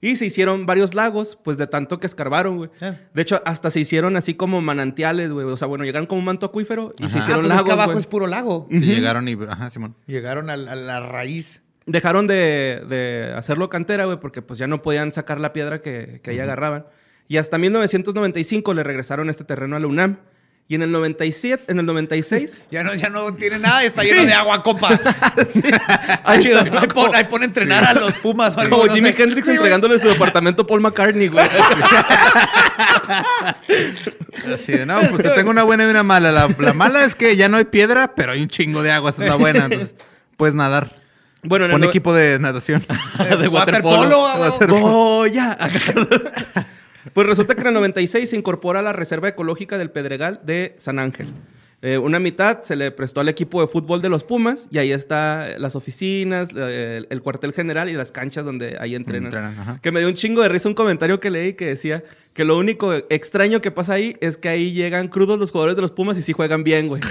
[SPEAKER 2] Y se hicieron varios lagos, pues de tanto que escarbaron, güey.
[SPEAKER 3] Ah.
[SPEAKER 2] De hecho, hasta se hicieron así como manantiales, güey. O sea, bueno, llegaron como un manto acuífero y se
[SPEAKER 3] Ah,
[SPEAKER 2] hicieron
[SPEAKER 3] pues es que
[SPEAKER 2] lagos,
[SPEAKER 3] abajo
[SPEAKER 2] güey.
[SPEAKER 3] es puro lago.
[SPEAKER 4] Sí, Llegaron y. Ajá, Simón.
[SPEAKER 3] Llegaron a la, a la raíz.
[SPEAKER 4] *laughs*
[SPEAKER 2] Dejaron de, de hacerlo cantera, güey, porque pues ya no podían sacar la piedra que, que ahí agarraban. Y hasta 1995 le regresaron este terreno a la UNAM. Y en el 97, en el 96...
[SPEAKER 3] Ya no, ya no tiene nada, está lleno de agua, compa.
[SPEAKER 4] *laughs*
[SPEAKER 2] Ahí
[SPEAKER 3] Chido.
[SPEAKER 2] está,
[SPEAKER 3] Ahí pon, ahí pon a entrenar a los Pumas. o algo,
[SPEAKER 2] Como
[SPEAKER 3] no
[SPEAKER 2] Jimi
[SPEAKER 3] sé.
[SPEAKER 2] Hendrix
[SPEAKER 3] Sí, güey.
[SPEAKER 2] entregándole su departamento a Paul McCartney, güey.
[SPEAKER 4] Así de, no, pues te tengo una buena y una mala. La, la mala es que ya no hay piedra, pero hay un chingo de agua, esa es la buena. Entonces, puedes nadar.
[SPEAKER 2] *laughs* Bueno, en el
[SPEAKER 4] Pon
[SPEAKER 2] no-
[SPEAKER 4] equipo de natación.
[SPEAKER 2] de
[SPEAKER 3] Waterpolo,
[SPEAKER 2] waterpolo.
[SPEAKER 3] a huevo.
[SPEAKER 2] Goya. pues resulta que en el 96 se incorpora la Reserva Ecológica del Pedregal de San Ángel. Eh, una mitad se le prestó al equipo de fútbol de los Pumas y ahí está las oficinas, la- el, el cuartel general y las canchas donde ahí entrenan.
[SPEAKER 4] Entrenan, ajá.
[SPEAKER 2] que me dio un chingo de risa un comentario que leí que decía que lo único extraño que pasa ahí es que ahí llegan crudos los jugadores de los Pumas y sí juegan bien,
[SPEAKER 4] *laughs*
[SPEAKER 2] güey.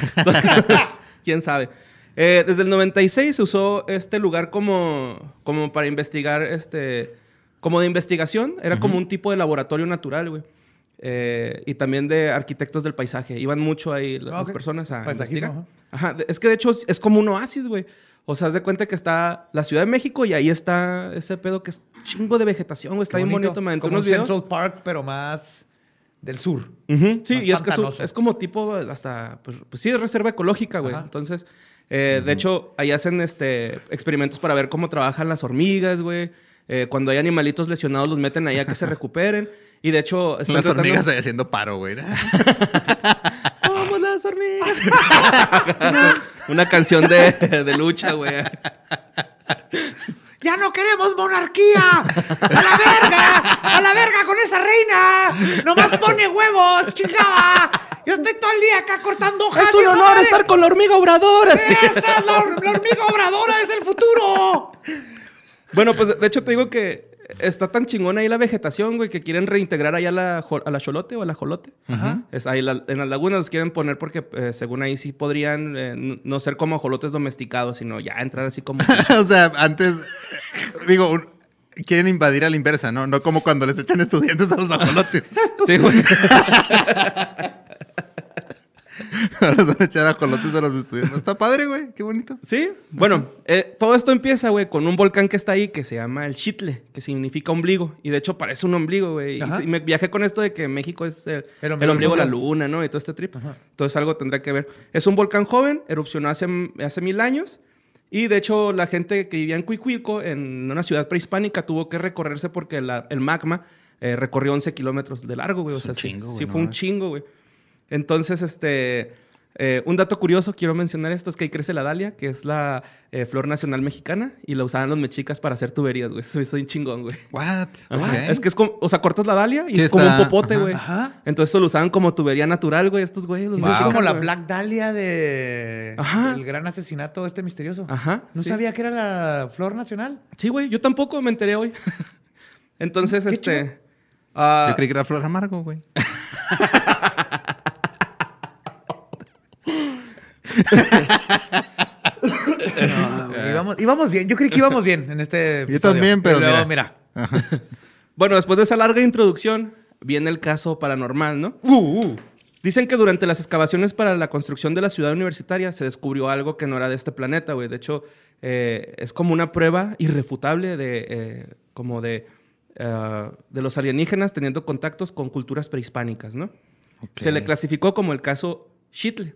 [SPEAKER 2] *laughs* ¿Quién sabe? Eh, desde el 96 se usó este lugar como, como para investigar, este, como de investigación. Era como un tipo de laboratorio natural, güey. Eh, y también de arquitectos del paisaje. Iban mucho ahí la-
[SPEAKER 3] Ah,
[SPEAKER 2] las
[SPEAKER 3] ok.
[SPEAKER 2] personas a
[SPEAKER 3] Paisajismo,
[SPEAKER 2] investigar. Ajá, de- Es que de hecho es- es como un oasis, güey. O sea, haz de cuenta que está la Ciudad de México y ahí está ese pedo que es chingo de vegetación, güey. Está
[SPEAKER 3] Qué
[SPEAKER 2] bien bonito, me aventó
[SPEAKER 3] Como
[SPEAKER 2] unos
[SPEAKER 3] un
[SPEAKER 2] videos.
[SPEAKER 3] Central Park, pero más del sur.
[SPEAKER 2] Ujú, Sí,
[SPEAKER 3] Más
[SPEAKER 2] y es que es, un-
[SPEAKER 3] pantanoso.
[SPEAKER 2] es como tipo hasta, pues, pues sí, es reserva ecológica, güey.
[SPEAKER 3] Ajá.
[SPEAKER 2] Entonces, eh, de hecho, ahí hacen este, experimentos para ver cómo trabajan las hormigas, güey. Eh, cuando hay animalitos lesionados los meten ahí
[SPEAKER 3] *laughs*
[SPEAKER 2] a que se recuperen. Y de hecho, están
[SPEAKER 4] Las
[SPEAKER 2] tratando- *laughs*
[SPEAKER 4] hormigas ahí haciendo paro, güey.
[SPEAKER 2] Somos las
[SPEAKER 3] *laughs*
[SPEAKER 2] hormigas. Una canción de, de lucha, güey.
[SPEAKER 3] ¡Ya no queremos monarquía! ¡A la verga! ¡A la verga con esa reina! ¡Nomás pone huevos, chingada! Yo estoy todo el día acá cortando hojas.
[SPEAKER 2] Es un honor estar con la hormiga obradora.
[SPEAKER 3] ¡Esa es la,
[SPEAKER 2] *laughs*
[SPEAKER 3] hor- la hormiga obradora! ¡Es el futuro!
[SPEAKER 2] Bueno, pues de- de hecho te digo que está tan chingona ahí la vegetación, güey, que quieren reintegrar allá a la, jo- a la cholote o a la jolote. Es ahí la- en las lagunas los quieren poner porque eh, según ahí sí podrían eh, n- no ser como ajolotes domesticados, sino ya entrar
[SPEAKER 3] *laughs*
[SPEAKER 2] así como...
[SPEAKER 4] *laughs* o sea, antes. Digo, un- quieren invadir a la inversa, ¿no? No como cuando les echan estudiantes a los ajolotes.
[SPEAKER 2] sí, güey.
[SPEAKER 4] Ahora se van a echar ajolotes a los estudiantes. Está padre, güey. Qué bonito.
[SPEAKER 2] Sí, bueno, eh, todo esto empieza, güey, con un volcán que está ahí que se llama el Chitle, que significa ombligo. Y de hecho parece un ombligo, güey. Y
[SPEAKER 3] Ajá.
[SPEAKER 2] sí, me viajé con esto de que México es el,
[SPEAKER 3] El
[SPEAKER 2] el
[SPEAKER 3] ombligo
[SPEAKER 2] ombligo, de la
[SPEAKER 3] del
[SPEAKER 2] luna, ¿no? Y todo este trip. Entonces algo tendrá que ver. Es un volcán joven, erupcionó hace, hace mil años. Y de hecho la gente que vivía en Cuicuilco, en una ciudad prehispánica, tuvo que recorrerse porque la- el magma eh, recorrió 11 kilómetros de largo, güey. O
[SPEAKER 4] Es
[SPEAKER 2] sea,
[SPEAKER 4] un
[SPEAKER 2] sí-
[SPEAKER 4] chingo, güey,
[SPEAKER 2] sí
[SPEAKER 4] no
[SPEAKER 2] fue un
[SPEAKER 4] mames.
[SPEAKER 2] chingo, güey. Entonces, este, eh, un dato curioso, quiero mencionar esto, es que ahí crece la dalia, que es la eh, flor nacional mexicana, y la usaban los mexicas para hacer tuberías, güey. *laughs* Soy, soy un chingón, güey.
[SPEAKER 4] What?
[SPEAKER 2] Ajá.
[SPEAKER 4] Ok.
[SPEAKER 2] Es que es como, o sea, cortas la dalia y
[SPEAKER 4] Sí,
[SPEAKER 2] es como
[SPEAKER 4] está-
[SPEAKER 2] un popote,
[SPEAKER 4] ajá.
[SPEAKER 2] güey.
[SPEAKER 3] Ajá.
[SPEAKER 2] Entonces eso lo usaban como tubería natural, güey, estos güeyes. los
[SPEAKER 3] Yo soy
[SPEAKER 4] Wow.
[SPEAKER 3] Pues como
[SPEAKER 2] mexicanos,
[SPEAKER 3] la
[SPEAKER 2] güey.
[SPEAKER 3] Black Dahlia de
[SPEAKER 2] Ajá.
[SPEAKER 3] el gran asesinato este misterioso.
[SPEAKER 2] Ajá,
[SPEAKER 3] No
[SPEAKER 2] sí.
[SPEAKER 3] sabía que era la flor nacional.
[SPEAKER 2] Sí, güey, yo tampoco me enteré
[SPEAKER 4] *laughs*
[SPEAKER 2] hoy. Entonces, este... ah,
[SPEAKER 4] Yo creí que era Flor Amargo, güey. *laughs*
[SPEAKER 3] íbamos, íbamos bien. Yo creí que íbamos bien en este
[SPEAKER 4] Yo
[SPEAKER 3] episodio.
[SPEAKER 4] también, pero
[SPEAKER 3] Y luego,
[SPEAKER 4] mira.
[SPEAKER 3] mira.
[SPEAKER 2] Bueno, después de esa larga introducción, viene el caso paranormal, ¿no? Dicen que durante las excavaciones para la construcción de la ciudad universitaria se descubrió algo que no era de este planeta, güey. De hecho, eh, es como una prueba irrefutable de, eh, como de, eh, de los alienígenas teniendo contactos con culturas prehispánicas, ¿no? Se le clasificó como el caso Shitle.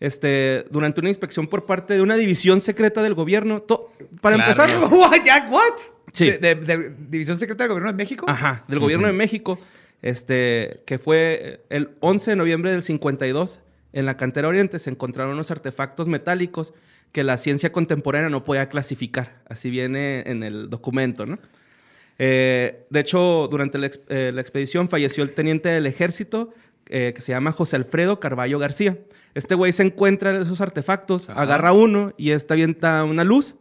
[SPEAKER 2] Este, durante una inspección por parte de una división secreta del gobierno, to- para
[SPEAKER 4] Claro.
[SPEAKER 2] empezar, *laughs*
[SPEAKER 3] What, Jack, what?
[SPEAKER 2] Sí.
[SPEAKER 3] De, de- de División Secreta del Gobierno de México.
[SPEAKER 2] Ajá, del gobierno de México, este, que fue eh, el 11 de noviembre del 52, en la cantera oriente se encontraron unos artefactos metálicos que la ciencia contemporánea no podía clasificar, así viene en el documento, ¿no? Eh, de hecho, durante la, ex- eh, la expedición falleció el teniente del ejército eh, que se llama José Alfredo Carballo García. Este güey se encuentra en esos artefactos, agarra uno y esta avienta una luz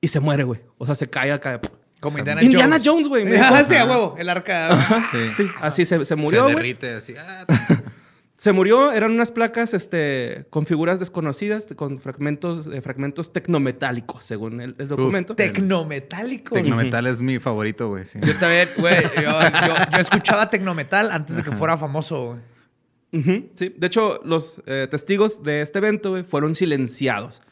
[SPEAKER 2] y se muere, güey. O sea, se cae acá.
[SPEAKER 3] Como Indiana,
[SPEAKER 2] Indiana
[SPEAKER 3] Jones. *laughs*
[SPEAKER 2] Jones, güey. me dijo.
[SPEAKER 3] Ajá, sí, a huevo. El arca.
[SPEAKER 4] Sí.
[SPEAKER 2] Sí, así se, se
[SPEAKER 4] Se
[SPEAKER 2] murió. güey.
[SPEAKER 4] derrite así. Ah,
[SPEAKER 2] Se murió, eran unas placas este, con figuras desconocidas, con fragmentos, eh, fragmentos tecnometálicos, según el, el documento.
[SPEAKER 3] Tecnometálico.
[SPEAKER 4] Tecnometal es mi favorito, güey. Sí. *laughs*
[SPEAKER 3] Yo también, güey. Yo, yo- yo escuchaba Tecnometal antes de que fuera famoso, güey.
[SPEAKER 2] Ujú, sí. De hecho, los eh, testigos de este evento güey, fueron silenciados.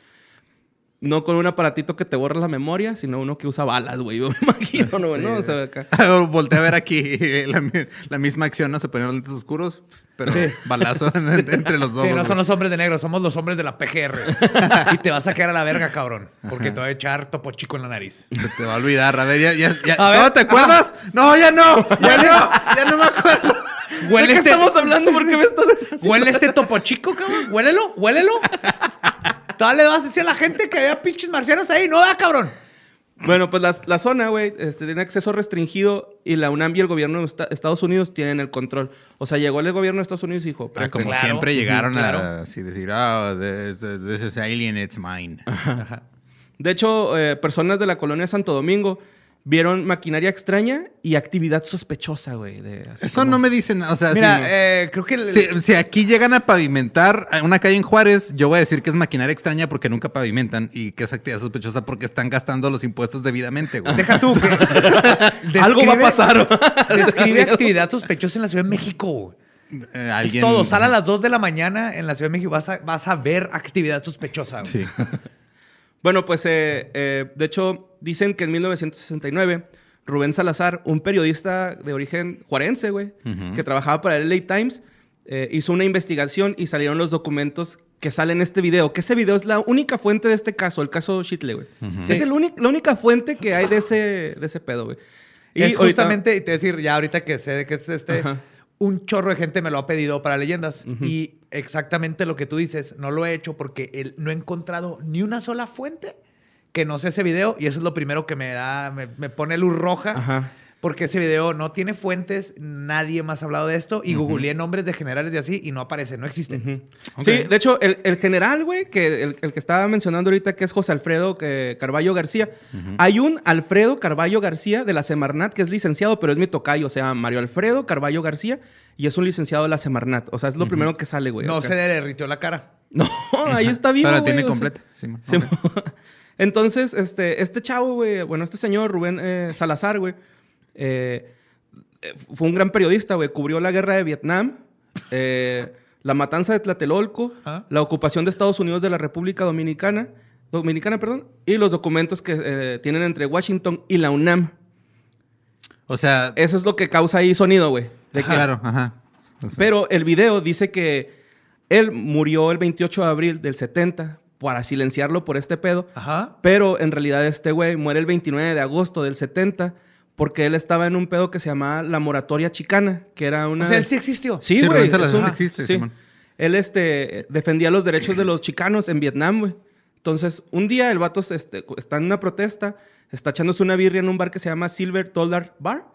[SPEAKER 2] No con un aparatito que te borra la memoria, sino uno que usa balas, güey. Yo me *laughs* imagino, ¿no?
[SPEAKER 4] Sí,
[SPEAKER 2] ¿no? O sea,
[SPEAKER 4] güey.
[SPEAKER 2] acá.
[SPEAKER 4] Volté a ver aquí *laughs* la, mi- la misma acción, ¿no? Se ponían los lentes oscuros, pero balazo en- en- entre los dos.
[SPEAKER 3] *laughs* Sí, no
[SPEAKER 4] güey.
[SPEAKER 3] son los hombres de negro, somos los hombres de la PGR. y te vas a quedar a la verga, cabrón. Porque te va a echar topo chico en la nariz.
[SPEAKER 4] Se te va a olvidar. A ver, ya, ya, ya.
[SPEAKER 3] A ver.
[SPEAKER 4] ¿No te acuerdas? No, ya no. Ya no. Ya no me acuerdo.
[SPEAKER 3] Huele
[SPEAKER 2] ¿De qué
[SPEAKER 3] este-
[SPEAKER 2] estamos hablando? ¿Por qué me estás...?
[SPEAKER 3] Huele este topo chico, cabrón. Huélelo, huélelo. Todavía le vas a decir a la gente que había pinches marcianos ahí. No, da, cabrón.
[SPEAKER 2] Bueno, pues las- la, zona, güey, este, tiene acceso restringido y la UNAM y el gobierno de Esta- Estados Unidos tienen el control. O sea, llegó el gobierno de Estados Unidos y dijo,
[SPEAKER 4] Ah,
[SPEAKER 2] "Presten".
[SPEAKER 4] como
[SPEAKER 3] claro.
[SPEAKER 4] siempre llegaron a
[SPEAKER 3] Claro.
[SPEAKER 4] así decir, ah, this, this is alien, it's mine.
[SPEAKER 2] De hecho, eh, personas de la colonia Santo Domingo vieron maquinaria extraña y actividad sospechosa, güey. de- así
[SPEAKER 4] Eso
[SPEAKER 2] como-
[SPEAKER 4] no me dicen, o sea,
[SPEAKER 3] Mira,
[SPEAKER 4] si,
[SPEAKER 3] eh, creo que. el-
[SPEAKER 4] si- si aquí llegan a pavimentar una calle en Juárez, yo voy a decir que es maquinaria extraña porque nunca pavimentan y que es actividad sospechosa porque están gastando los impuestos debidamente, güey.
[SPEAKER 3] Deja tú. que-
[SPEAKER 2] *laughs* *laughs* Algo va a
[SPEAKER 3] describe-
[SPEAKER 2] pasar. *laughs*
[SPEAKER 3] Describe actividad sospechosa en la Ciudad de México. güey.
[SPEAKER 4] Eh,
[SPEAKER 3] Es
[SPEAKER 4] alguien-
[SPEAKER 3] todo. Sal a las 2 de la mañana en la Ciudad de México. Vas a, vas a ver actividad sospechosa. güey.
[SPEAKER 4] Sí.
[SPEAKER 2] Bueno, pues eh, eh, de hecho dicen que en 1969 Rubén Salazar, un periodista de origen juarense, güey, que trabajaba para el LA Times, eh, hizo una investigación y salieron los documentos que salen en este video. Que ese video es la única fuente de este caso, el caso Shitle, güey. Es el único- la única fuente que hay de ese, de ese pedo, güey. Y
[SPEAKER 3] es
[SPEAKER 2] ahorita-
[SPEAKER 3] justamente, y te voy a decir, ya ahorita que sé de qué es este,
[SPEAKER 2] Ajá.
[SPEAKER 3] un chorro de gente me lo ha pedido para leyendas. Y exactamente lo que tú dices, no lo he hecho porque el- no he encontrado ni una sola fuente que no sea ese video. Y eso es lo primero que me da, me, me pone luz roja.
[SPEAKER 2] Ajá.
[SPEAKER 3] Porque ese video no tiene fuentes, nadie más ha hablado de esto. Y googleé nombres de generales y así y no aparece, no existe.
[SPEAKER 4] Ok.
[SPEAKER 2] Sí, de hecho, el, el general, güey, que el, el que estaba mencionando ahorita, que es José Alfredo eh, Carballo García. Hay un Alfredo Carballo García de la Semarnat, que es licenciado, pero es mi tocayo. O sea, Mario Alfredo Carballo García, y es un licenciado de la Semarnat. O sea, es lo primero que sale, güey.
[SPEAKER 3] No
[SPEAKER 2] acá.
[SPEAKER 3] se le derritió la cara.
[SPEAKER 2] *laughs* No, ahí está vivo,
[SPEAKER 4] Pero la
[SPEAKER 2] güey,
[SPEAKER 4] tiene
[SPEAKER 2] o sea,
[SPEAKER 4] completa. Sí, ma.
[SPEAKER 2] Sí,
[SPEAKER 4] Ok.
[SPEAKER 2] *laughs* Entonces, este, este chavo, güey, bueno, este señor Rubén eh, Salazar, güey, eh, eh, fue un gran periodista, güey, cubrió la guerra de Vietnam, eh, la matanza de Tlatelolco,
[SPEAKER 3] Ajá.
[SPEAKER 2] la ocupación de Estados Unidos de la República Dominicana, Dominicana, perdón, y los documentos que eh, tienen entre Washington y la UNAM.
[SPEAKER 4] O sea,
[SPEAKER 2] Eso es lo que causa ahí sonido, güey. de que-
[SPEAKER 4] claro, ajá. O sea,
[SPEAKER 2] Pero el video dice que él murió el 28 de abril del 70 para silenciarlo por este pedo.
[SPEAKER 3] Ajá.
[SPEAKER 2] Pero en realidad este güey muere el 29 de agosto del 70 porque él estaba en un pedo que se llamaba la moratoria chicana, que era una...
[SPEAKER 3] O sea, él sí existió.
[SPEAKER 2] Sí,
[SPEAKER 4] Sí,
[SPEAKER 2] güey.
[SPEAKER 4] Rubén Salazar
[SPEAKER 2] es un-
[SPEAKER 4] existe, Simón.
[SPEAKER 2] Él este, defendía los derechos de los chicanos en Vietnam, güey. Entonces, un día el vato se- este, cu- está en una protesta, está echándose una birria en un bar que se llama Silver Dollar Bar.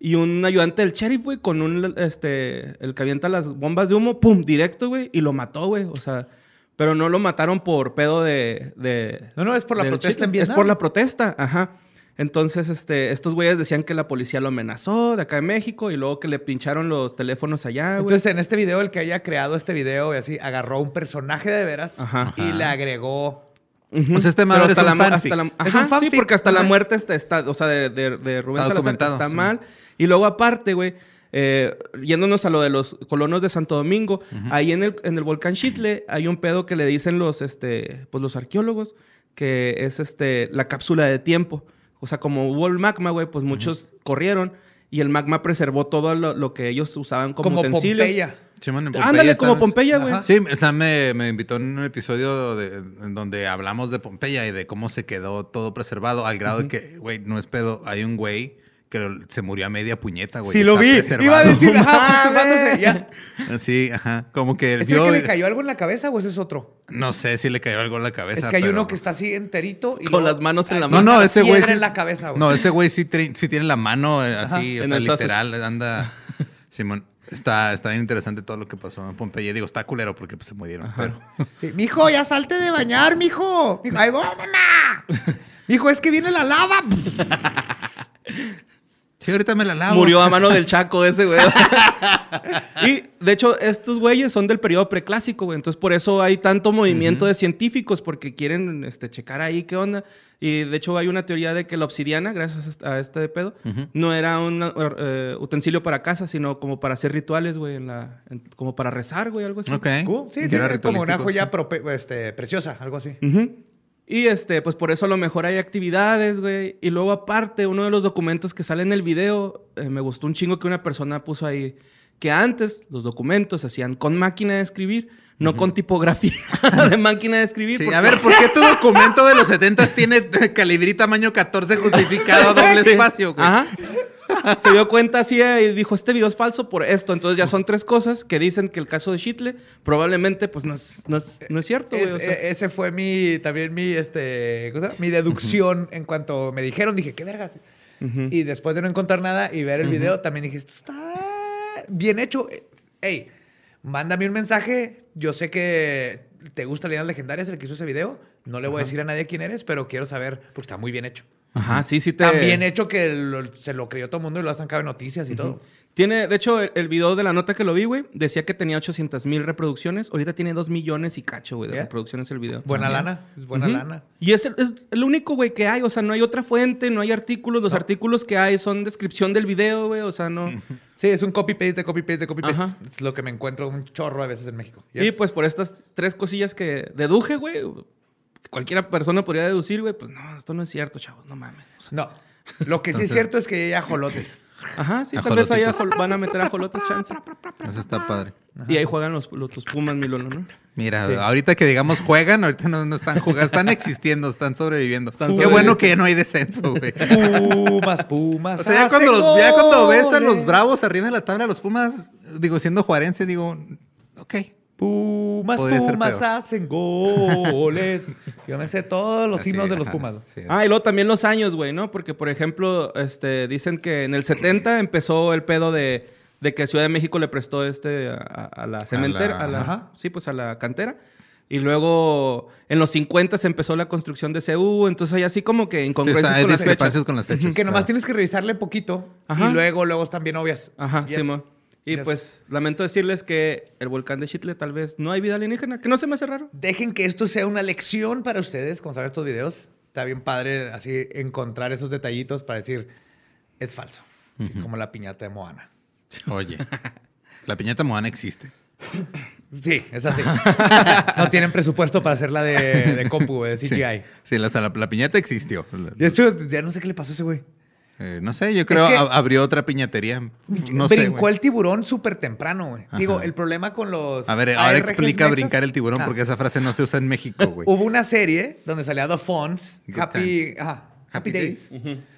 [SPEAKER 2] Y un ayudante del sheriff, güey, con un, este, el que avienta las bombas de humo, pum, directo, güey, y lo mató, güey. O sea, pero no lo mataron por pedo de... de
[SPEAKER 3] No, no, es por la
[SPEAKER 2] del
[SPEAKER 3] protesta
[SPEAKER 2] chicle.
[SPEAKER 3] en Vietnam.
[SPEAKER 2] Es por la protesta, ajá. Entonces, este, estos güeyes decían que la policía lo amenazó de acá de México y luego que le pincharon los teléfonos allá, Ah, güey.
[SPEAKER 3] Entonces, en este video, el que haya creado este video y así, agarró un personaje de veras
[SPEAKER 2] Ajá.
[SPEAKER 3] y le agregó.
[SPEAKER 2] Ujú.
[SPEAKER 4] O sea, este
[SPEAKER 2] Pero
[SPEAKER 4] madre es
[SPEAKER 2] hasta
[SPEAKER 4] un
[SPEAKER 2] la, mu-
[SPEAKER 4] fanfic.
[SPEAKER 2] hasta la-
[SPEAKER 4] Es
[SPEAKER 3] un
[SPEAKER 2] ajá, sí,
[SPEAKER 3] fanfic,
[SPEAKER 2] porque hasta la
[SPEAKER 3] ajá.
[SPEAKER 2] muerte está, está- o sea, de, de- de Rubén
[SPEAKER 4] Está
[SPEAKER 2] Salazar
[SPEAKER 4] documentado,
[SPEAKER 2] está
[SPEAKER 4] sí.
[SPEAKER 2] mal. Y luego aparte, güey, eh, yéndonos a lo de los colonos de Santo Domingo, ahí en el, en el volcán Chitle hay un pedo que le dicen los, este, pues los arqueólogos, que es este, la cápsula de tiempo. O sea, como hubo el magma, güey, pues muchos corrieron y el magma preservó todo lo, lo que ellos usaban como,
[SPEAKER 3] Como
[SPEAKER 2] utensilios.
[SPEAKER 3] Pompeya.
[SPEAKER 2] *laughs*
[SPEAKER 3] *laughs*
[SPEAKER 4] Simón, en Pompeya
[SPEAKER 2] Ándale, como
[SPEAKER 4] están-
[SPEAKER 2] Pompeya, güey.
[SPEAKER 4] Sí, o sea, me, me invitó en un episodio de- en donde hablamos de Pompeya y de cómo se quedó todo preservado al grado de que, güey, no es pedo, hay un güey que lo- se murió a media puñeta, güey.
[SPEAKER 3] Sí,
[SPEAKER 4] y
[SPEAKER 3] lo
[SPEAKER 4] está
[SPEAKER 3] vi.
[SPEAKER 4] preservado.
[SPEAKER 3] Iba a decir,
[SPEAKER 2] No
[SPEAKER 3] ajá,
[SPEAKER 2] mames.
[SPEAKER 3] masturbándose, pues, ya.
[SPEAKER 4] *laughs* Sí, ajá. Como que
[SPEAKER 3] ¿Es
[SPEAKER 4] vio-
[SPEAKER 3] el que le cayó algo en la cabeza o ese es otro?
[SPEAKER 4] No sé si le cayó algo en la cabeza.
[SPEAKER 3] es que hay
[SPEAKER 4] pero-
[SPEAKER 3] uno que está así enterito y.
[SPEAKER 2] Con
[SPEAKER 3] luego-
[SPEAKER 2] las manos en la
[SPEAKER 3] Ah,
[SPEAKER 4] No,
[SPEAKER 2] mano.
[SPEAKER 4] no,
[SPEAKER 3] una
[SPEAKER 4] ese güey.
[SPEAKER 3] piedra
[SPEAKER 4] sí-
[SPEAKER 3] en la cabeza, güey.
[SPEAKER 4] No, ese güey sí, tri- sí tiene la mano eh, así, o
[SPEAKER 2] en
[SPEAKER 4] sea,
[SPEAKER 2] el sausage.
[SPEAKER 4] literal, anda. Simón, está, está bien interesante todo lo que pasó en Pompeya. Digo, está culero porque pues, se murieron. pero- *laughs*
[SPEAKER 3] Sí, mijo, ya salte de bañar, mijo. Mijo, ahí voy, mamá. Mijo, es que viene la lava.
[SPEAKER 4] Sí, ahorita me la lavo.
[SPEAKER 2] Murió a mano del Chaco ese, güey. *laughs* y de hecho, estos güeyes son del periodo preclásico, güey. Entonces, por eso hay tanto movimiento de científicos, porque quieren este, checar ahí qué onda. Y de hecho, hay una teoría de que la obsidiana, gracias a este pedo, no era un eh, utensilio para casa, sino como para hacer rituales, güey. en la- en- como para rezar, güey, algo así.
[SPEAKER 4] Ok.
[SPEAKER 3] Uh, Sí, sí,
[SPEAKER 4] Que era
[SPEAKER 3] es como una
[SPEAKER 4] ritualístico,
[SPEAKER 3] joya
[SPEAKER 4] sí.
[SPEAKER 3] prope- este, preciosa, algo así.
[SPEAKER 2] Ujú. Y este, pues por eso a lo mejor hay actividades, güey. Y luego aparte, uno de los documentos que sale en el video, eh, me gustó un chingo que una persona puso ahí, que antes los documentos se hacían con máquina de escribir, no con tipografía *laughs* de máquina de escribir.
[SPEAKER 4] Sí,
[SPEAKER 2] porque-
[SPEAKER 4] a ver, ¿por qué tu documento de los 70 tiene *laughs* calibrí tamaño 14 justificado doble
[SPEAKER 2] *laughs* Sí.
[SPEAKER 4] espacio, güey?
[SPEAKER 2] Ajá. Se dio cuenta así eh, y dijo, este video es falso por esto. Entonces ya son tres cosas que dicen que el caso de Shitle probablemente pues no es, no es, no es cierto, güey.
[SPEAKER 3] Es-
[SPEAKER 2] o sea.
[SPEAKER 4] eh,
[SPEAKER 3] e- ese fue mi, también mi, este, ¿cómo se llama? mi deducción en cuanto me dijeron, dije, qué vergas. Y después de no encontrar nada y ver el video, también dije, esto está bien hecho. Ey, mándame un mensaje. Yo sé que te gustan leyendas legendarias, el que hizo ese video. No le voy a decir a nadie quién eres, pero quiero saber, porque está muy bien hecho.
[SPEAKER 2] Ajá, sí, sí te...
[SPEAKER 3] Tan bien hecho que lo- se lo creyó todo el mundo y lo han sacado en noticias y todo.
[SPEAKER 2] Tiene, de hecho, el, el video de la nota que lo vi, güey, decía que tenía 800 mil reproducciones. Ahorita tiene 2 millones y cacho, güey, de
[SPEAKER 3] Yeah.
[SPEAKER 2] reproducciones el video.
[SPEAKER 3] Buena lana, es buena
[SPEAKER 2] Ujú.
[SPEAKER 3] lana.
[SPEAKER 2] Y es el, es el único, güey, que hay. O sea, no hay otra fuente, no hay artículos. Los artículos que hay son descripción del video, güey. O sea,
[SPEAKER 3] *laughs*
[SPEAKER 2] no.
[SPEAKER 3] Sí, es un copy-paste de copy-paste de copy-paste.
[SPEAKER 2] Ajá.
[SPEAKER 3] Es lo que me encuentro un chorro a veces en México.
[SPEAKER 2] Y
[SPEAKER 3] Yes.
[SPEAKER 2] pues por estas tres cosillas que deduje, güey, que cualquiera persona podría deducir, güey, pues no, esto no es cierto, chavos, no
[SPEAKER 3] *laughs*
[SPEAKER 2] mames. O sea,
[SPEAKER 3] No. Lo
[SPEAKER 4] *laughs*
[SPEAKER 3] que sí es cierto es que hay ajolotes.
[SPEAKER 2] ajá, sí, tal vez
[SPEAKER 4] Ajolotitos.
[SPEAKER 2] ahí ajol- van a meter ajolotes chance.
[SPEAKER 4] Eso está padre.
[SPEAKER 2] Y ahí juegan los, los tus pumas, mi Lolo, ¿no?
[SPEAKER 4] Mira, ahorita que digamos juegan, ahorita no, no están jugando, están existiendo, están sobreviviendo.
[SPEAKER 2] Están
[SPEAKER 4] Qué
[SPEAKER 2] sobreviviendo.
[SPEAKER 4] bueno que ya no hay descenso, güey.
[SPEAKER 3] Pumas, pumas.
[SPEAKER 4] O sea, ya
[SPEAKER 3] hacen
[SPEAKER 4] cuando, los- ya cuando ves a los
[SPEAKER 3] goles.
[SPEAKER 4] bravos arriba de la tabla, los Pumas, digo, siendo juarense, digo, ok.
[SPEAKER 3] Pumas,
[SPEAKER 4] Podría ser
[SPEAKER 3] pumas
[SPEAKER 4] peor.
[SPEAKER 3] hacen goles. Yo me sé todos los
[SPEAKER 4] Así,
[SPEAKER 3] himnos de los
[SPEAKER 4] ajá,
[SPEAKER 3] pumas.
[SPEAKER 4] sí.
[SPEAKER 2] Ah, y luego también los años, güey, ¿no? Porque, por ejemplo, este, dicen que en el 70 empezó el pedo de, de que Ciudad de México le prestó este a, a- a la cementera,
[SPEAKER 4] la-
[SPEAKER 2] a la-
[SPEAKER 4] ajá.
[SPEAKER 2] sí, pues a la cantera. Y luego en los 50 se empezó la construcción de CU, entonces hay así como que
[SPEAKER 4] Sí,
[SPEAKER 2] incongruencias
[SPEAKER 4] está- hay
[SPEAKER 2] con las fechas.
[SPEAKER 4] discrepancias con las fechas.
[SPEAKER 3] Que nomás
[SPEAKER 4] claro.
[SPEAKER 3] tienes que revisarle poquito
[SPEAKER 2] Ajá.
[SPEAKER 3] y luego, luego están bien obvias.
[SPEAKER 2] Ajá,
[SPEAKER 3] Ya.
[SPEAKER 2] Simón. Y
[SPEAKER 3] Yes.
[SPEAKER 2] pues lamento decirles que el volcán de Chitle tal vez no hay vida alienígena, que no se me hace raro.
[SPEAKER 3] Dejen que esto sea una lección para ustedes cuando salgan estos videos. Está bien padre así encontrar esos detallitos para decir, es falso. Así como la piñata de Moana.
[SPEAKER 4] Oye, la piñata mohana existe.
[SPEAKER 3] Sí, es así.
[SPEAKER 4] *laughs*
[SPEAKER 3] no tienen presupuesto para hacerla de, Eh, de compu, güey, de
[SPEAKER 4] *laughs* Sí.
[SPEAKER 3] CGI.
[SPEAKER 4] Sí, la, o sea, la- la piñata existió.
[SPEAKER 3] De hecho, ya no sé qué le pasó a ese güey.
[SPEAKER 4] Eh, no sé, yo creo
[SPEAKER 3] que-
[SPEAKER 4] ab- abrió otra piñatería. No sé.
[SPEAKER 3] Brincó
[SPEAKER 4] güey.
[SPEAKER 3] el tiburón súper temprano, güey. Digo,
[SPEAKER 4] Ajá.
[SPEAKER 3] el problema con los.
[SPEAKER 4] A ver, ahora
[SPEAKER 3] ARGs
[SPEAKER 4] explica
[SPEAKER 3] mexas-
[SPEAKER 4] brincar el tiburón
[SPEAKER 3] Ah,
[SPEAKER 4] porque esa frase no se usa en México, güey.
[SPEAKER 3] Hubo una serie donde salía The Fonz,
[SPEAKER 4] Good
[SPEAKER 3] Happy, ajá, Happy
[SPEAKER 4] Happy
[SPEAKER 3] Days.
[SPEAKER 4] Days.
[SPEAKER 3] *laughs*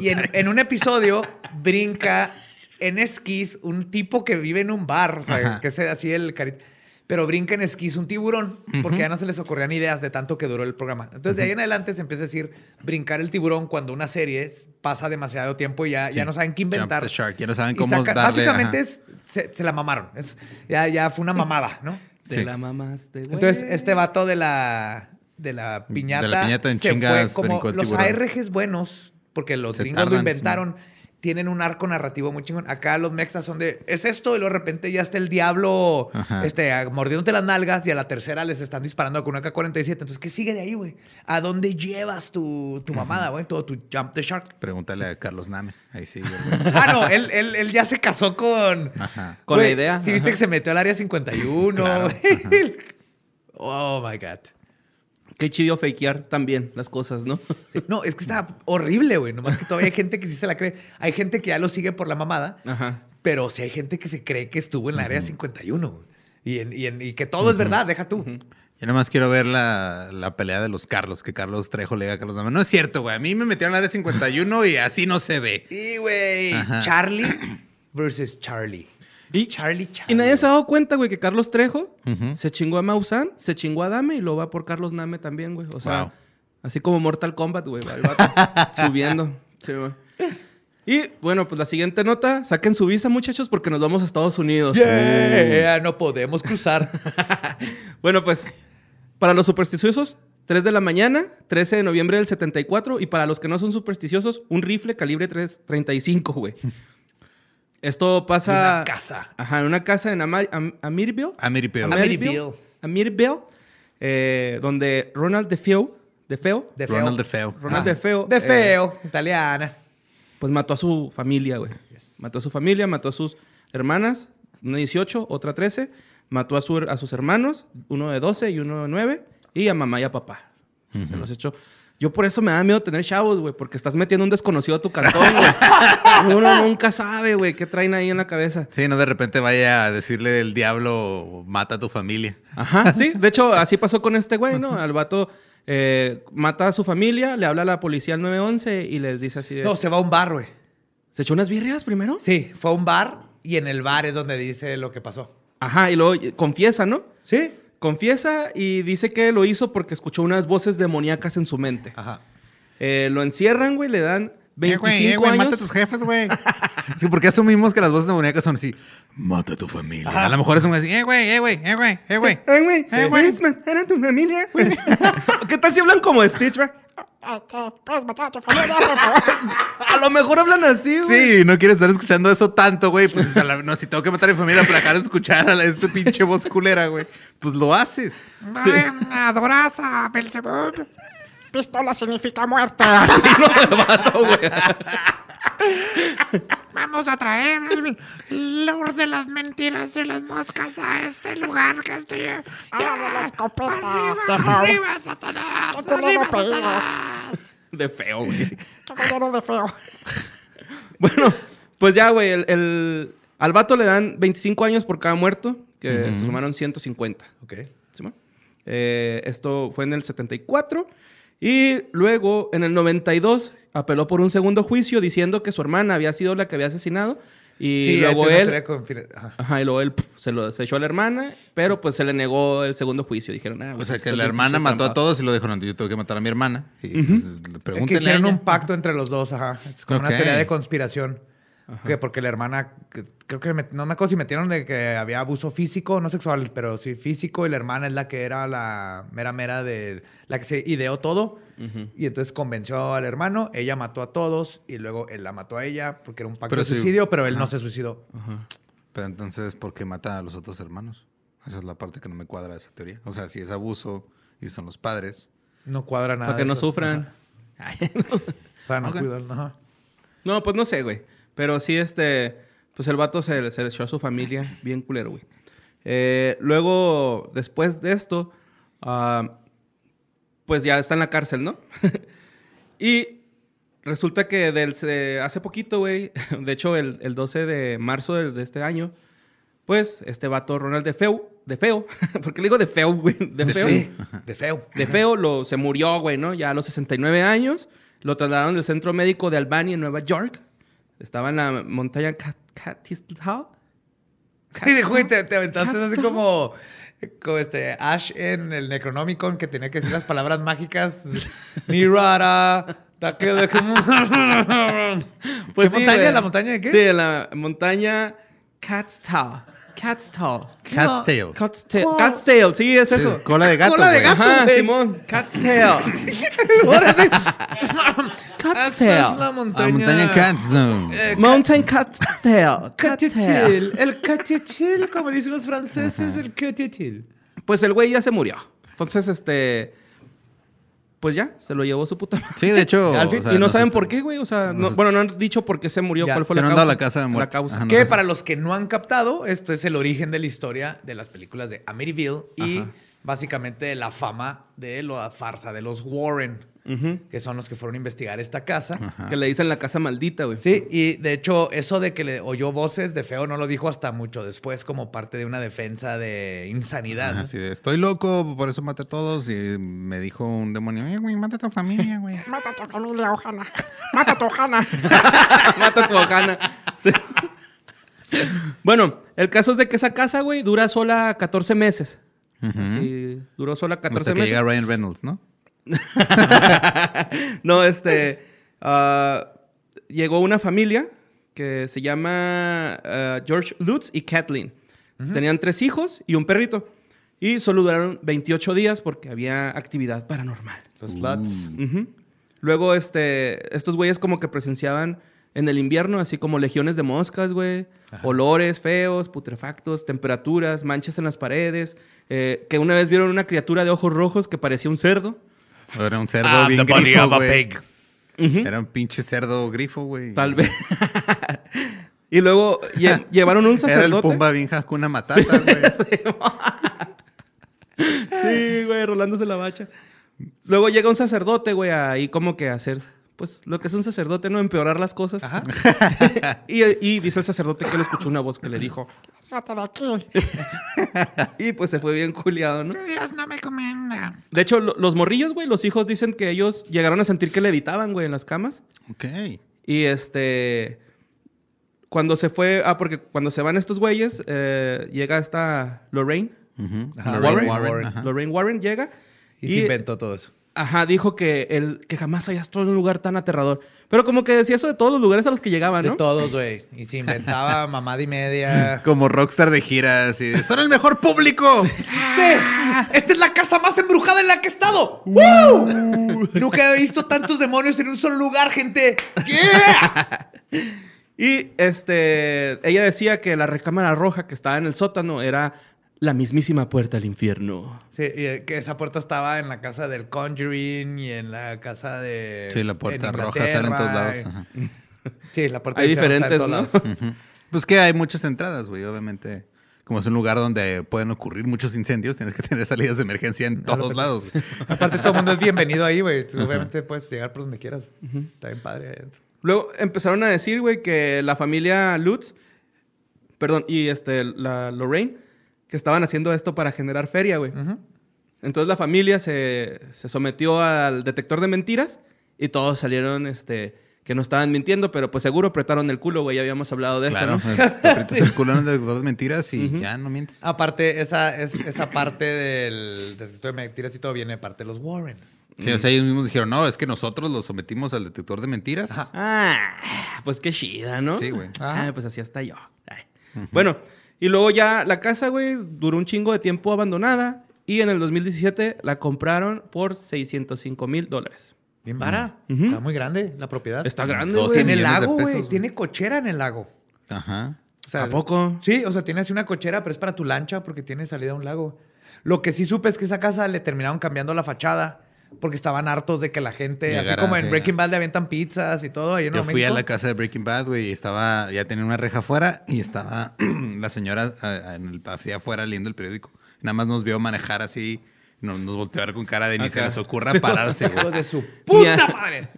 [SPEAKER 3] Y en, en un episodio brinca en esquís un tipo que vive en un bar, o sea,
[SPEAKER 4] Ajá.
[SPEAKER 3] que es así el cari- Pero brinca en esquís un tiburón, porque ya no se les ocurrían ideas de tanto que duró el programa. Entonces, de ahí en adelante se empieza a decir brincar el tiburón cuando una serie es- pasa demasiado tiempo y ya, ya
[SPEAKER 4] Sí.
[SPEAKER 3] no saben qué
[SPEAKER 4] Jump the
[SPEAKER 3] inventar.
[SPEAKER 4] shark, ya no saben
[SPEAKER 3] Y
[SPEAKER 4] cómo darle,
[SPEAKER 3] Básicamente
[SPEAKER 4] ajá.
[SPEAKER 3] es, se, se la mamaron. Es- ya, ya fue una mamada, ¿no?
[SPEAKER 2] Te
[SPEAKER 4] Sí.
[SPEAKER 2] la mamaste, güey.
[SPEAKER 3] Entonces, este vato de la, de la piñata.
[SPEAKER 4] piñata en
[SPEAKER 3] se fue
[SPEAKER 4] chingas
[SPEAKER 3] como
[SPEAKER 4] brincó el
[SPEAKER 3] los
[SPEAKER 4] tiburón.
[SPEAKER 3] ARGs buenos, porque los
[SPEAKER 4] Se
[SPEAKER 3] gringos lo
[SPEAKER 4] tardan,
[SPEAKER 3] inventaron, tienen un arco narrativo muy chingón. Acá los mexas son de, es esto, y luego de repente ya está el diablo
[SPEAKER 4] Ajá.
[SPEAKER 3] este, a- mordiéndote las nalgas, y a la tercera les están disparando con una K-47. Entonces, ¿qué sigue de ahí, güey? ¿A dónde llevas tu, tu mamada, güey? Todo tu jump the shark.
[SPEAKER 4] Pregúntale a Carlos Name. Ahí sí. güey.
[SPEAKER 3] *laughs* Ah, no, él, él, él ya se casó con...
[SPEAKER 4] Ajá.
[SPEAKER 2] Con
[SPEAKER 3] Güey,
[SPEAKER 2] la idea.
[SPEAKER 3] Sí, viste que se metió al área 51.
[SPEAKER 4] Claro,
[SPEAKER 3] güey. *laughs* oh, my God.
[SPEAKER 2] Qué chido fakear también las cosas, ¿no? *laughs*
[SPEAKER 3] No, es que está horrible, güey. Nomás que todavía hay gente que sí se la cree. Hay gente que ya lo sigue por la mamada,
[SPEAKER 2] Ajá.
[SPEAKER 3] pero sí hay gente que se cree que estuvo en la área 51. güey. Y, en- y en- y que todo es verdad, deja tú.
[SPEAKER 4] Yo nomás quiero ver la, la pelea de los Carlos, que Carlos Trejo le diga a Carlos Name. No es cierto, güey. A mí me metieron al área 51 y así no se ve.
[SPEAKER 3] Y, güey,
[SPEAKER 4] Ajá.
[SPEAKER 3] Charlie versus Charlie.
[SPEAKER 2] Y-
[SPEAKER 3] Charlie, Charlie.
[SPEAKER 2] Y nadie se ha dado cuenta, güey, que Carlos Trejo
[SPEAKER 4] Ujú.
[SPEAKER 2] se chingó a Maussan, se chingó a Dame y lo va por Carlos Name también, güey. O sea,
[SPEAKER 4] Wow.
[SPEAKER 2] así como Mortal Kombat, güey, va
[SPEAKER 3] *laughs*
[SPEAKER 2] el vato subiendo. Sí, güey. Y bueno, pues la siguiente nota, saquen su visa, muchachos, porque nos vamos a Estados Unidos.
[SPEAKER 3] Yeah, no podemos cruzar.
[SPEAKER 2] Bueno, pues, para los supersticiosos, 3 de la mañana, 13 de noviembre del 74. Y para los que no son supersticiosos, un rifle calibre 335, güey. Esto pasa...
[SPEAKER 3] Una casa.
[SPEAKER 2] Ajá, en una casa en Amar- Am- Amirville.
[SPEAKER 4] Amityville.
[SPEAKER 3] Amityville.
[SPEAKER 2] Amirville. eh, donde Ronald de Feo, de Feo,
[SPEAKER 3] De feo.
[SPEAKER 4] Ronald de Feo.
[SPEAKER 2] Ronald
[SPEAKER 4] Ah.
[SPEAKER 2] de Feo,
[SPEAKER 3] De
[SPEAKER 2] eh,
[SPEAKER 3] feo, italiana.
[SPEAKER 2] pues mató a su familia, güey. Mató a su familia, mató a sus hermanas, una 18, otra 13. Mató a, su, a sus hermanos, uno de 12 y uno de 9. Y a mamá y a papá. Se los echó. Yo por eso me da miedo tener chavos, güey, porque estás metiendo un desconocido a tu cantón,
[SPEAKER 3] *laughs*
[SPEAKER 2] güey. Uno nunca sabe, güey, qué traen ahí en la cabeza.
[SPEAKER 4] Sí, no de repente vaya a decirle el diablo mata a tu familia.
[SPEAKER 2] Ajá, *laughs* sí. De hecho, así pasó con este güey, ¿no? Al vato eh, mata a su familia, le habla a la policía al 911 y les dice así de...
[SPEAKER 3] No, se va a un bar, güey.
[SPEAKER 2] ¿Se echó unas birrias primero?
[SPEAKER 3] Sí, fue a un bar y en el bar es donde dice lo que pasó.
[SPEAKER 2] Ajá, y luego eh, confiesa, ¿no?
[SPEAKER 3] ¿Sí?
[SPEAKER 2] Confiesa y dice que lo hizo porque escuchó unas voces demoníacas en su mente.
[SPEAKER 3] Ajá.
[SPEAKER 2] Eh, lo encierran, güey, le dan 25
[SPEAKER 4] Ah. Eh, güey, eh, güey, Mata a
[SPEAKER 2] años.
[SPEAKER 4] tus jefes, güey. Sí, porque asumimos que las voces demoníacas son así. Mata a tu familia. A lo mejor es un así, eh, güey, eh, güey, eh, güey, eh, güey.
[SPEAKER 2] Eh, güey,
[SPEAKER 4] Eh, güey.
[SPEAKER 2] puedes matar a tu
[SPEAKER 4] *laughs*
[SPEAKER 2] familia, güey. ¿Qué tal si hablan como Stitch, güey? *laughs* A lo mejor hablan así, güey. *laughs*
[SPEAKER 4] Sí, no quieres estar escuchando eso tanto, güey. Pues hasta la- no, si tengo que matar a mi familia para dejar de escuchar a la- esa pinche voz culera, güey. Pues lo haces.
[SPEAKER 2] Sí.
[SPEAKER 7] Adoras a Belzebub. Pistola significa muerte. Vamos a traer el Lord de las mentiras de las moscas a este lugar que estoy. Ahora la escopeta. Arriba, arriba, Satanás. Arriba, Satanás.
[SPEAKER 2] De feo, güey.
[SPEAKER 7] Qué color de feo.
[SPEAKER 2] *laughs* Bueno, pues ya, güey, el, el- al vato le dan 25 años por cada muerto, que se sumaron 150.
[SPEAKER 3] Ok.
[SPEAKER 2] ¿sí, ma? Eh, esto fue en el 74. Y luego, en el 92, apeló por un segundo juicio diciendo que su hermana había sido la que había asesinado. Y
[SPEAKER 3] Sí,
[SPEAKER 2] luego
[SPEAKER 3] ahí te- no
[SPEAKER 2] él...
[SPEAKER 3] te voy a confir- Ajá.
[SPEAKER 2] Ajá, y luego él puf, se lo se echó a la hermana, pero pues se le negó el segundo juicio. Dijeron, ah,
[SPEAKER 4] O
[SPEAKER 2] pues,
[SPEAKER 4] sea,
[SPEAKER 2] esto
[SPEAKER 4] que
[SPEAKER 2] es
[SPEAKER 4] la
[SPEAKER 2] un
[SPEAKER 4] hermana
[SPEAKER 2] pinche
[SPEAKER 4] mató a
[SPEAKER 2] estampado.
[SPEAKER 4] todos y lo dijo, no, yo tengo que matar a mi hermana. Y pues, le-
[SPEAKER 3] Es que
[SPEAKER 4] pregúntenle a
[SPEAKER 3] hicieron
[SPEAKER 4] ella.
[SPEAKER 3] un pacto entre los dos, ajá. Es como una
[SPEAKER 4] Ok.
[SPEAKER 3] teoría de conspiración. Que porque la hermana, que- creo que met- no me acuerdo si metieron de que había abuso físico, no sexual, pero sí físico, y la hermana es la que era la mera mera de la que se ideó todo. Y entonces convenció al hermano, ella mató a todos, y luego él la mató a ella porque era un pacto
[SPEAKER 4] Pero
[SPEAKER 3] de
[SPEAKER 4] sí.
[SPEAKER 3] suicidio, pero él no se suicidó.
[SPEAKER 4] Pero entonces, ¿por qué mata a los otros hermanos? Esa es la parte que no me cuadra de esa teoría. O sea, si es abuso y son los padres.
[SPEAKER 3] No cuadra nada.
[SPEAKER 2] Para que
[SPEAKER 3] de
[SPEAKER 2] no
[SPEAKER 3] esto.
[SPEAKER 2] sufran.
[SPEAKER 3] Ajá.
[SPEAKER 2] Ay, no.
[SPEAKER 3] Para no
[SPEAKER 4] Ok.
[SPEAKER 3] cuidar, ajá.
[SPEAKER 2] No, pues no sé, güey. Pero sí, este. Pues el vato se, se le echó a su familia bien culero, güey. Eh, luego, después de esto, ah, pues ya está en la cárcel, ¿no? *laughs* y resulta que del, se- hace poquito, güey, *laughs* de hecho el, el 12 de marzo del- de, este año, pues este vato Ronald de Feo, de Feo, *laughs* porque le digo de Feo, güey, de Feo.
[SPEAKER 3] Sí, de feo.
[SPEAKER 2] De feo, lo, se murió, güey, ¿no? Ya a los 69 años. Lo trasladaron del centro médico de Albany en Nueva York. Estaba en la montaña Cat- Catistau.
[SPEAKER 3] Y de, güey, te, te aventaste
[SPEAKER 2] Castro.
[SPEAKER 3] así como, como este Ash en el Necronomicon que tenía que decir las palabras *laughs* mágicas. Nirara. ta- que- *laughs* de- ¿Qué montaña?
[SPEAKER 2] Pues güey.
[SPEAKER 3] ¿La montaña de qué?
[SPEAKER 2] Sí, en la montaña Catstall. Catstall.
[SPEAKER 4] Cat's tail.
[SPEAKER 2] Catstall. Catstall, sí, es
[SPEAKER 4] Es
[SPEAKER 2] eso.
[SPEAKER 4] cola de gato.
[SPEAKER 3] Cola de
[SPEAKER 4] güey.
[SPEAKER 3] gato.
[SPEAKER 2] Ajá,
[SPEAKER 3] güey.
[SPEAKER 2] Simón.
[SPEAKER 3] *laughs*
[SPEAKER 2] Catstall.
[SPEAKER 3] Esta es la Eh,
[SPEAKER 2] Catstall.
[SPEAKER 4] La Ah, montaña Cats. no.
[SPEAKER 2] Mountain *laughs* Catstall. Catstall.
[SPEAKER 3] Cachichil. El cachichil, como dicen los franceses, el cachichil.
[SPEAKER 2] Pues el güey ya se murió. Entonces, este... Pues ya, se lo llevó su puta madre.
[SPEAKER 4] Sí, de hecho.
[SPEAKER 2] Al fin-
[SPEAKER 4] Oh, o sea,
[SPEAKER 2] y no
[SPEAKER 4] nos
[SPEAKER 2] saben
[SPEAKER 4] est-
[SPEAKER 2] por qué, güey. O sea, no-
[SPEAKER 4] nos-
[SPEAKER 2] bueno, no han dicho por qué se murió,
[SPEAKER 3] Ya,
[SPEAKER 2] cuál fue
[SPEAKER 4] se
[SPEAKER 2] la
[SPEAKER 4] no han
[SPEAKER 2] causa.
[SPEAKER 4] dado la casa de muerte.
[SPEAKER 2] causa.
[SPEAKER 4] Ajá, no.
[SPEAKER 3] Que
[SPEAKER 4] sé.
[SPEAKER 3] para los que no han captado, esto es el origen de la historia de las películas de Amityville y básicamente de la fama de la farsa de los Warren, que son los que fueron a investigar esta casa.
[SPEAKER 2] Que le dicen la casa maldita, güey.
[SPEAKER 3] Sí, y de hecho, eso de que le oyó voces de feo no lo dijo hasta mucho después, como parte de una defensa de insanidad.
[SPEAKER 4] Ajá, Así de, estoy loco, por eso maté a todos. Y me dijo un demonio, "Eh, güey, mata a tu familia, güey.
[SPEAKER 7] Mata a tu familia, Ojana. Mata a tu Ojana.
[SPEAKER 2] *laughs* Mata a tu ojana. Sí. Bueno, el caso es de que esa casa, güey, dura sola 14 meses. Sí, duró sola 14
[SPEAKER 4] Hasta que
[SPEAKER 2] meses.
[SPEAKER 4] llega Ryan Reynolds, ¿no?
[SPEAKER 2] No, este. ah, llegó una familia que se llama ah, George Lutz y Kathleen. Tenían tres hijos y un perrito. Y solo duraron 28 días porque había actividad paranormal.
[SPEAKER 3] Los
[SPEAKER 4] Mm.
[SPEAKER 3] sluts.
[SPEAKER 2] Ujú. Luego, este, estos güeyes como que presenciaban en el invierno, así como legiones de moscas, güey. Olores feos, putrefactos, temperaturas, manchas en las paredes. eh, que una vez vieron una criatura de ojos rojos que parecía un cerdo.
[SPEAKER 4] Era un cerdo
[SPEAKER 2] Ah,
[SPEAKER 4] bien grifo, güey. Era un pinche cerdo grifo, güey.
[SPEAKER 2] Tal vez. *laughs* y luego
[SPEAKER 4] *laughs*
[SPEAKER 2] lle- llevaron un
[SPEAKER 4] Era el
[SPEAKER 2] sacerdote.
[SPEAKER 4] Pumba bien una matata, güey.
[SPEAKER 2] *laughs* Sí, güey, rolándose la bacha. Luego llega un sacerdote, güey, ahí como que a hacer, pues, lo que es un sacerdote, ¿no? Empeorar las cosas. *laughs* y, y dice el sacerdote que le escuchó una voz que le dijo.
[SPEAKER 7] Lárgate de aquí.
[SPEAKER 2] Y pues se fue bien culiado, ¿no?
[SPEAKER 7] Dios no me comanda.
[SPEAKER 2] De hecho, lo- los morrillos, güey, los hijos dicen que ellos llegaron a sentir que levitaban, güey, en las camas.
[SPEAKER 4] ok.
[SPEAKER 2] Y este. Cuando se fue. Ah, porque cuando se van estos güeyes, eh, llega esta Lorraine.
[SPEAKER 4] Ujú.
[SPEAKER 3] Ajá,
[SPEAKER 4] Lorraine
[SPEAKER 3] Warren.
[SPEAKER 4] Warren, ajá.
[SPEAKER 2] Lorraine Warren llega.
[SPEAKER 3] Y, se inventó todo eso.
[SPEAKER 2] Ajá, dijo que, el, que jamás había estado en un lugar tan aterrador. Pero como que decía eso de todos los lugares a los que llegaba,
[SPEAKER 3] De
[SPEAKER 2] Ah, ¿no?
[SPEAKER 3] todos, güey. Y se
[SPEAKER 4] *laughs*
[SPEAKER 3] inventaba mamada y media.
[SPEAKER 4] Como rockstar de giras y de, ¡Son el mejor público!
[SPEAKER 3] ¡Esta es la casa más embrujada en la que he estado!
[SPEAKER 4] Uh.
[SPEAKER 3] ¡Woo! Nunca he visto tantos demonios en un solo lugar, gente. ¡Yeah!
[SPEAKER 2] Y este, ella decía que la recámara roja que estaba en el sótano era la mismísima puerta al infierno.
[SPEAKER 3] Sí, y, eh, que esa puerta estaba en la casa del Conjuring y en la casa de.
[SPEAKER 4] Sí, la puerta
[SPEAKER 3] en
[SPEAKER 4] roja sale en todos lados.
[SPEAKER 3] Inglaterra.
[SPEAKER 4] ajá.
[SPEAKER 3] Sí, la puerta
[SPEAKER 2] Hay
[SPEAKER 3] del infierno
[SPEAKER 2] diferentes,
[SPEAKER 3] está en
[SPEAKER 2] ¿no?
[SPEAKER 3] todos lados.
[SPEAKER 4] Pues que hay muchas entradas, güey, obviamente. Como es un lugar donde pueden ocurrir muchos incendios, tienes que *laughs* tener salidas de emergencia en todos lados.
[SPEAKER 3] *laughs* Aparte, todo el mundo es bienvenido ahí, güey. Tú, Obviamente puedes llegar por donde quieras. Está bien padre ahí adentro.
[SPEAKER 2] Luego empezaron a decir, güey, que la familia Lutz, perdón, y este, la Lorraine, que estaban haciendo esto para generar feria, güey. Entonces la familia se, se sometió al detector de mentiras y todos salieron, este, que no estaban mintiendo, pero pues seguro apretaron el culo, güey, ya habíamos hablado de
[SPEAKER 4] Claro.
[SPEAKER 2] eso, ¿no?
[SPEAKER 4] Te aprietas el culo en el detector de mentiras y ya no mientes.
[SPEAKER 3] Ah, Aparte, esa, es- esa parte del detector de mentiras y todo viene de parte de los Warren.
[SPEAKER 4] Sí, o sea, ellos mismos dijeron, no, es que nosotros los sometimos al detector de mentiras.
[SPEAKER 2] Ah, pues qué chida, ¿no?
[SPEAKER 4] Sí, güey.
[SPEAKER 2] Ah, pues así hasta yo. Ay. Bueno, y luego ya la casa, güey, duró un chingo de tiempo abandonada y en el 2017 la compraron por 605 mil dólares.
[SPEAKER 3] Bien vara. Está muy grande la propiedad.
[SPEAKER 2] Está grande,
[SPEAKER 4] Doce
[SPEAKER 2] güey.
[SPEAKER 3] en el
[SPEAKER 4] millones de
[SPEAKER 3] lago,
[SPEAKER 4] pesos,
[SPEAKER 3] güey.
[SPEAKER 4] güey.
[SPEAKER 3] Tiene cochera en el lago.
[SPEAKER 4] Ajá.
[SPEAKER 3] O sea,
[SPEAKER 2] ¿A poco?
[SPEAKER 3] Sí, o sea, tiene así una cochera, pero es para tu lancha porque tiene salida a un lago. Lo que sí supe es que esa casa le terminaron cambiando la fachada porque estaban hartos de que la gente, así
[SPEAKER 4] Llegara,
[SPEAKER 3] como en
[SPEAKER 4] sí.
[SPEAKER 3] Breaking Bad le aventan pizzas y todo. ahí en
[SPEAKER 4] Yo
[SPEAKER 3] Nuevo
[SPEAKER 4] fui a
[SPEAKER 3] México.
[SPEAKER 4] la casa de Breaking Bad, güey, y estaba, ya tenía una reja afuera y estaba *clears throat* la señora ah, en el- así afuera leyendo el periódico. Nada más nos vio manejar así, no- nos volteó a ver con cara de ni se
[SPEAKER 2] Acá.
[SPEAKER 4] les ocurra
[SPEAKER 2] Sí.
[SPEAKER 4] pararse,
[SPEAKER 3] Hijos de
[SPEAKER 4] güey.
[SPEAKER 3] su puta
[SPEAKER 2] Ya.
[SPEAKER 3] madre.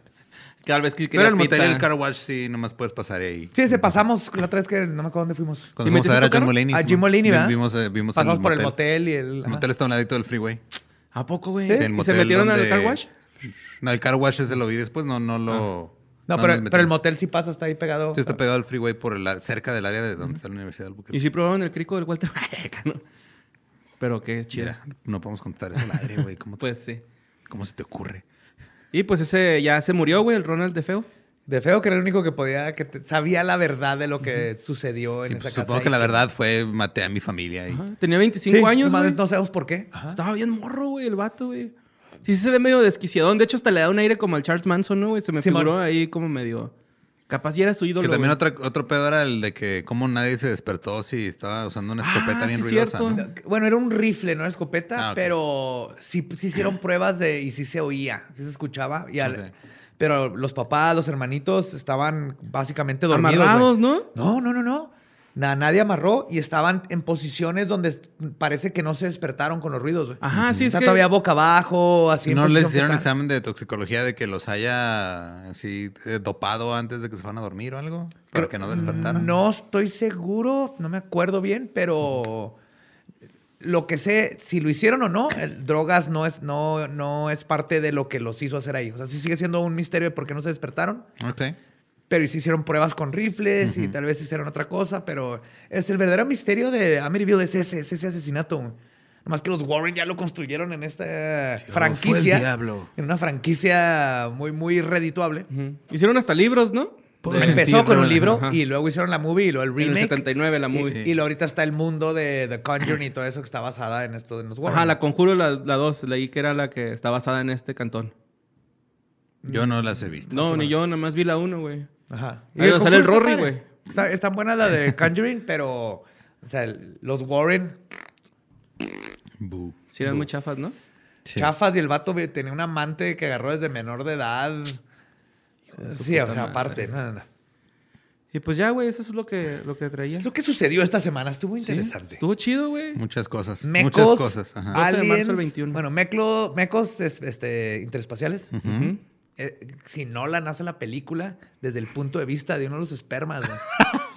[SPEAKER 2] Tal vez que
[SPEAKER 4] Pero
[SPEAKER 2] quería
[SPEAKER 4] el motel y
[SPEAKER 2] pizza.
[SPEAKER 4] el car wash sí, nomás puedes pasar ahí.
[SPEAKER 3] Sí, se pasamos la otra vez que no me acuerdo dónde fuimos.
[SPEAKER 2] ¿Y
[SPEAKER 4] Cuando fuimos
[SPEAKER 2] metiste
[SPEAKER 4] a ver a
[SPEAKER 2] tu
[SPEAKER 4] Jim
[SPEAKER 2] carro?
[SPEAKER 4] Mulaney.
[SPEAKER 3] A
[SPEAKER 4] sí,
[SPEAKER 3] Jim Mulaney, ¿verdad?
[SPEAKER 4] Vimos, eh, vimos
[SPEAKER 3] Pasamos
[SPEAKER 4] el
[SPEAKER 3] por el
[SPEAKER 4] motel.
[SPEAKER 3] motel y el.
[SPEAKER 4] El motel está a un ladito del freeway.
[SPEAKER 2] ¿A poco, güey?
[SPEAKER 3] Sí, ¿y
[SPEAKER 2] ¿Y
[SPEAKER 4] Sí,
[SPEAKER 2] se
[SPEAKER 4] el motel
[SPEAKER 2] metieron al
[SPEAKER 4] donde-
[SPEAKER 2] car wash? Ah.
[SPEAKER 4] No, el car wash ese lo vi después, no, no lo...
[SPEAKER 3] No, pero,
[SPEAKER 4] no nos metimos.
[SPEAKER 3] pero el motel sí pasa, está ahí pegado.
[SPEAKER 4] Sí, está pegado al freeway por el, cerca del área de donde está la Universidad de Albuquerque.
[SPEAKER 2] Y sí probaron el crico del Walter ¿no? Pero qué chido.
[SPEAKER 4] Mira, no podemos contar eso al aire, güey. ¿Cómo, te-
[SPEAKER 2] Pues sí.
[SPEAKER 4] ¿Cómo se te ocurre?
[SPEAKER 2] Y pues ese ya se murió, güey, el Ronald de Feo.
[SPEAKER 3] De feo que era el único que podía, que te- sabía la verdad de lo que sucedió en
[SPEAKER 4] Y,
[SPEAKER 3] esa
[SPEAKER 4] pues,
[SPEAKER 3] casa.
[SPEAKER 4] supongo
[SPEAKER 3] y
[SPEAKER 4] que la verdad fue maté a mi familia. Y,
[SPEAKER 2] Tenía
[SPEAKER 3] Sí,
[SPEAKER 2] 25 años,
[SPEAKER 3] nomás
[SPEAKER 2] güey.
[SPEAKER 3] No sabemos por qué. Ajá.
[SPEAKER 2] Estaba bien morro, güey, el vato, güey. Sí se ve medio desquiciadón. De hecho, hasta le da un aire como al Charles Manson, ¿no, güey? Se me
[SPEAKER 3] Simón.
[SPEAKER 2] figuró ahí como medio... Capaz ya era su ídolo,
[SPEAKER 4] que también
[SPEAKER 2] güey.
[SPEAKER 4] otra, otro pedo era el de que cómo nadie se despertó si estaba usando una escopeta
[SPEAKER 2] Ah,
[SPEAKER 4] bien
[SPEAKER 2] sí,
[SPEAKER 4] ruidosa.
[SPEAKER 2] cierto.
[SPEAKER 4] ¿no?
[SPEAKER 3] Bueno, era un rifle, no era escopeta,
[SPEAKER 4] Ah, ok.
[SPEAKER 3] pero sí, sí hicieron pruebas de, y sí se oía, sí se escuchaba. Y al-
[SPEAKER 4] Ok.
[SPEAKER 3] Pero los papás, los hermanitos estaban básicamente dormidos.
[SPEAKER 2] Amarrados,
[SPEAKER 3] güey.
[SPEAKER 2] ¿no?
[SPEAKER 3] No, no, no, no. Na- nadie amarró y estaban en posiciones donde s- parece que no se despertaron con los ruidos. güey.
[SPEAKER 2] Ajá, sí,
[SPEAKER 3] O
[SPEAKER 2] es
[SPEAKER 3] sea,
[SPEAKER 2] que-
[SPEAKER 3] todavía boca abajo, así.
[SPEAKER 4] ¿Y
[SPEAKER 3] en
[SPEAKER 4] no les
[SPEAKER 3] posición
[SPEAKER 4] hicieron
[SPEAKER 3] fetal.
[SPEAKER 4] examen de toxicología de que los haya así eh, dopado antes de que se fueran a dormir o algo? Para
[SPEAKER 3] Creo-
[SPEAKER 4] que no despertaran.
[SPEAKER 3] Mm, No estoy seguro, no me acuerdo bien, pero lo que sé, si lo hicieron o no, el- drogas no es, no, no es parte de lo que los hizo hacer ahí. O sea, sí sigue siendo un misterio de por qué no se despertaron,
[SPEAKER 4] Ok.
[SPEAKER 3] pero sí hicieron pruebas con rifles y tal vez hicieron otra cosa, pero es el verdadero misterio de Amityville es ese, es ese asesinato. Más que los Warren ya lo construyeron en esta
[SPEAKER 4] fue el
[SPEAKER 3] franquicia.
[SPEAKER 4] diablo.
[SPEAKER 3] En una franquicia muy, muy redituable.
[SPEAKER 2] Ujú. Hicieron hasta libros, ¿no?
[SPEAKER 4] Puedo
[SPEAKER 3] Empezó
[SPEAKER 4] sentirlo
[SPEAKER 3] con un
[SPEAKER 4] en-
[SPEAKER 3] libro
[SPEAKER 2] Ajá.
[SPEAKER 3] y luego hicieron la movie y luego el
[SPEAKER 2] En el
[SPEAKER 3] remake.
[SPEAKER 2] 79 la
[SPEAKER 3] Y-
[SPEAKER 2] movie.
[SPEAKER 3] Y, luego ahorita está el mundo de The Conjuring y todo eso que está basada en esto de los Warren.
[SPEAKER 2] Ajá, la Conjuro, la 2, leí que era la que está basada en este cantón.
[SPEAKER 4] Yo no las he visto.
[SPEAKER 2] No, ni yo, nada más vi la 1, güey.
[SPEAKER 3] Ajá.
[SPEAKER 2] Ahí donde sale el
[SPEAKER 3] concurso
[SPEAKER 2] Rory,
[SPEAKER 3] está padre.
[SPEAKER 2] güey.
[SPEAKER 3] Está, está buena la de Conjuring, pero... O sea, el- los Warren,
[SPEAKER 4] Bu.
[SPEAKER 2] Sí, eran muy chafas, ¿no?
[SPEAKER 4] Sí.
[SPEAKER 3] chafas y el vato güey, tenía un amante que agarró desde menor de edad. Sí, o sea, aparte. No, no, no.
[SPEAKER 2] Y pues ya, güey, eso es lo que, lo que traía.
[SPEAKER 3] Es lo que sucedió esta semana. Estuvo interesante.
[SPEAKER 2] Estuvo chido, güey.
[SPEAKER 4] Muchas cosas.
[SPEAKER 3] Mecos, Ah,
[SPEAKER 4] Muchas cosas. Ajá.
[SPEAKER 2] 12 de marzo al
[SPEAKER 3] aliens,
[SPEAKER 2] 21.
[SPEAKER 3] Bueno, meclo- mecos es- este, interespaciales.
[SPEAKER 2] Ujú.
[SPEAKER 3] Eh, si Nolan hace la película desde el punto de vista de uno de los espermas, güey.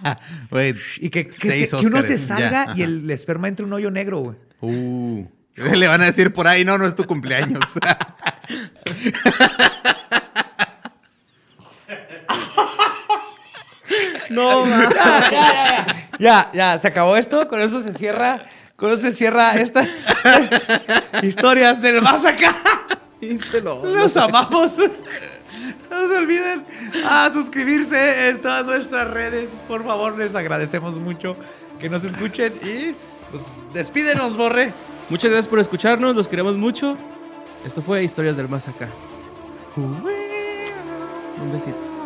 [SPEAKER 4] Güey,
[SPEAKER 3] Y que, que
[SPEAKER 4] seis
[SPEAKER 3] se- que uno se
[SPEAKER 4] Óscares, ya,
[SPEAKER 3] salga y
[SPEAKER 4] ajá.
[SPEAKER 3] el esperma entre un hoyo negro, güey.
[SPEAKER 4] Uh, *laughs* le van a decir por ahí, no, no es tu cumpleaños.
[SPEAKER 3] No, ya, ya, ya, *laughs* ya, ya, se acabó esto. Con eso se cierra, con eso se cierra esta *laughs* historias del más acá. Los amamos. No se olviden a suscribirse en todas nuestras redes. Por favor, les agradecemos mucho que nos escuchen y pues despídenos, Borre.
[SPEAKER 2] Muchas gracias por escucharnos, los queremos mucho. Esto fue Historias del Más Acá. Un besito.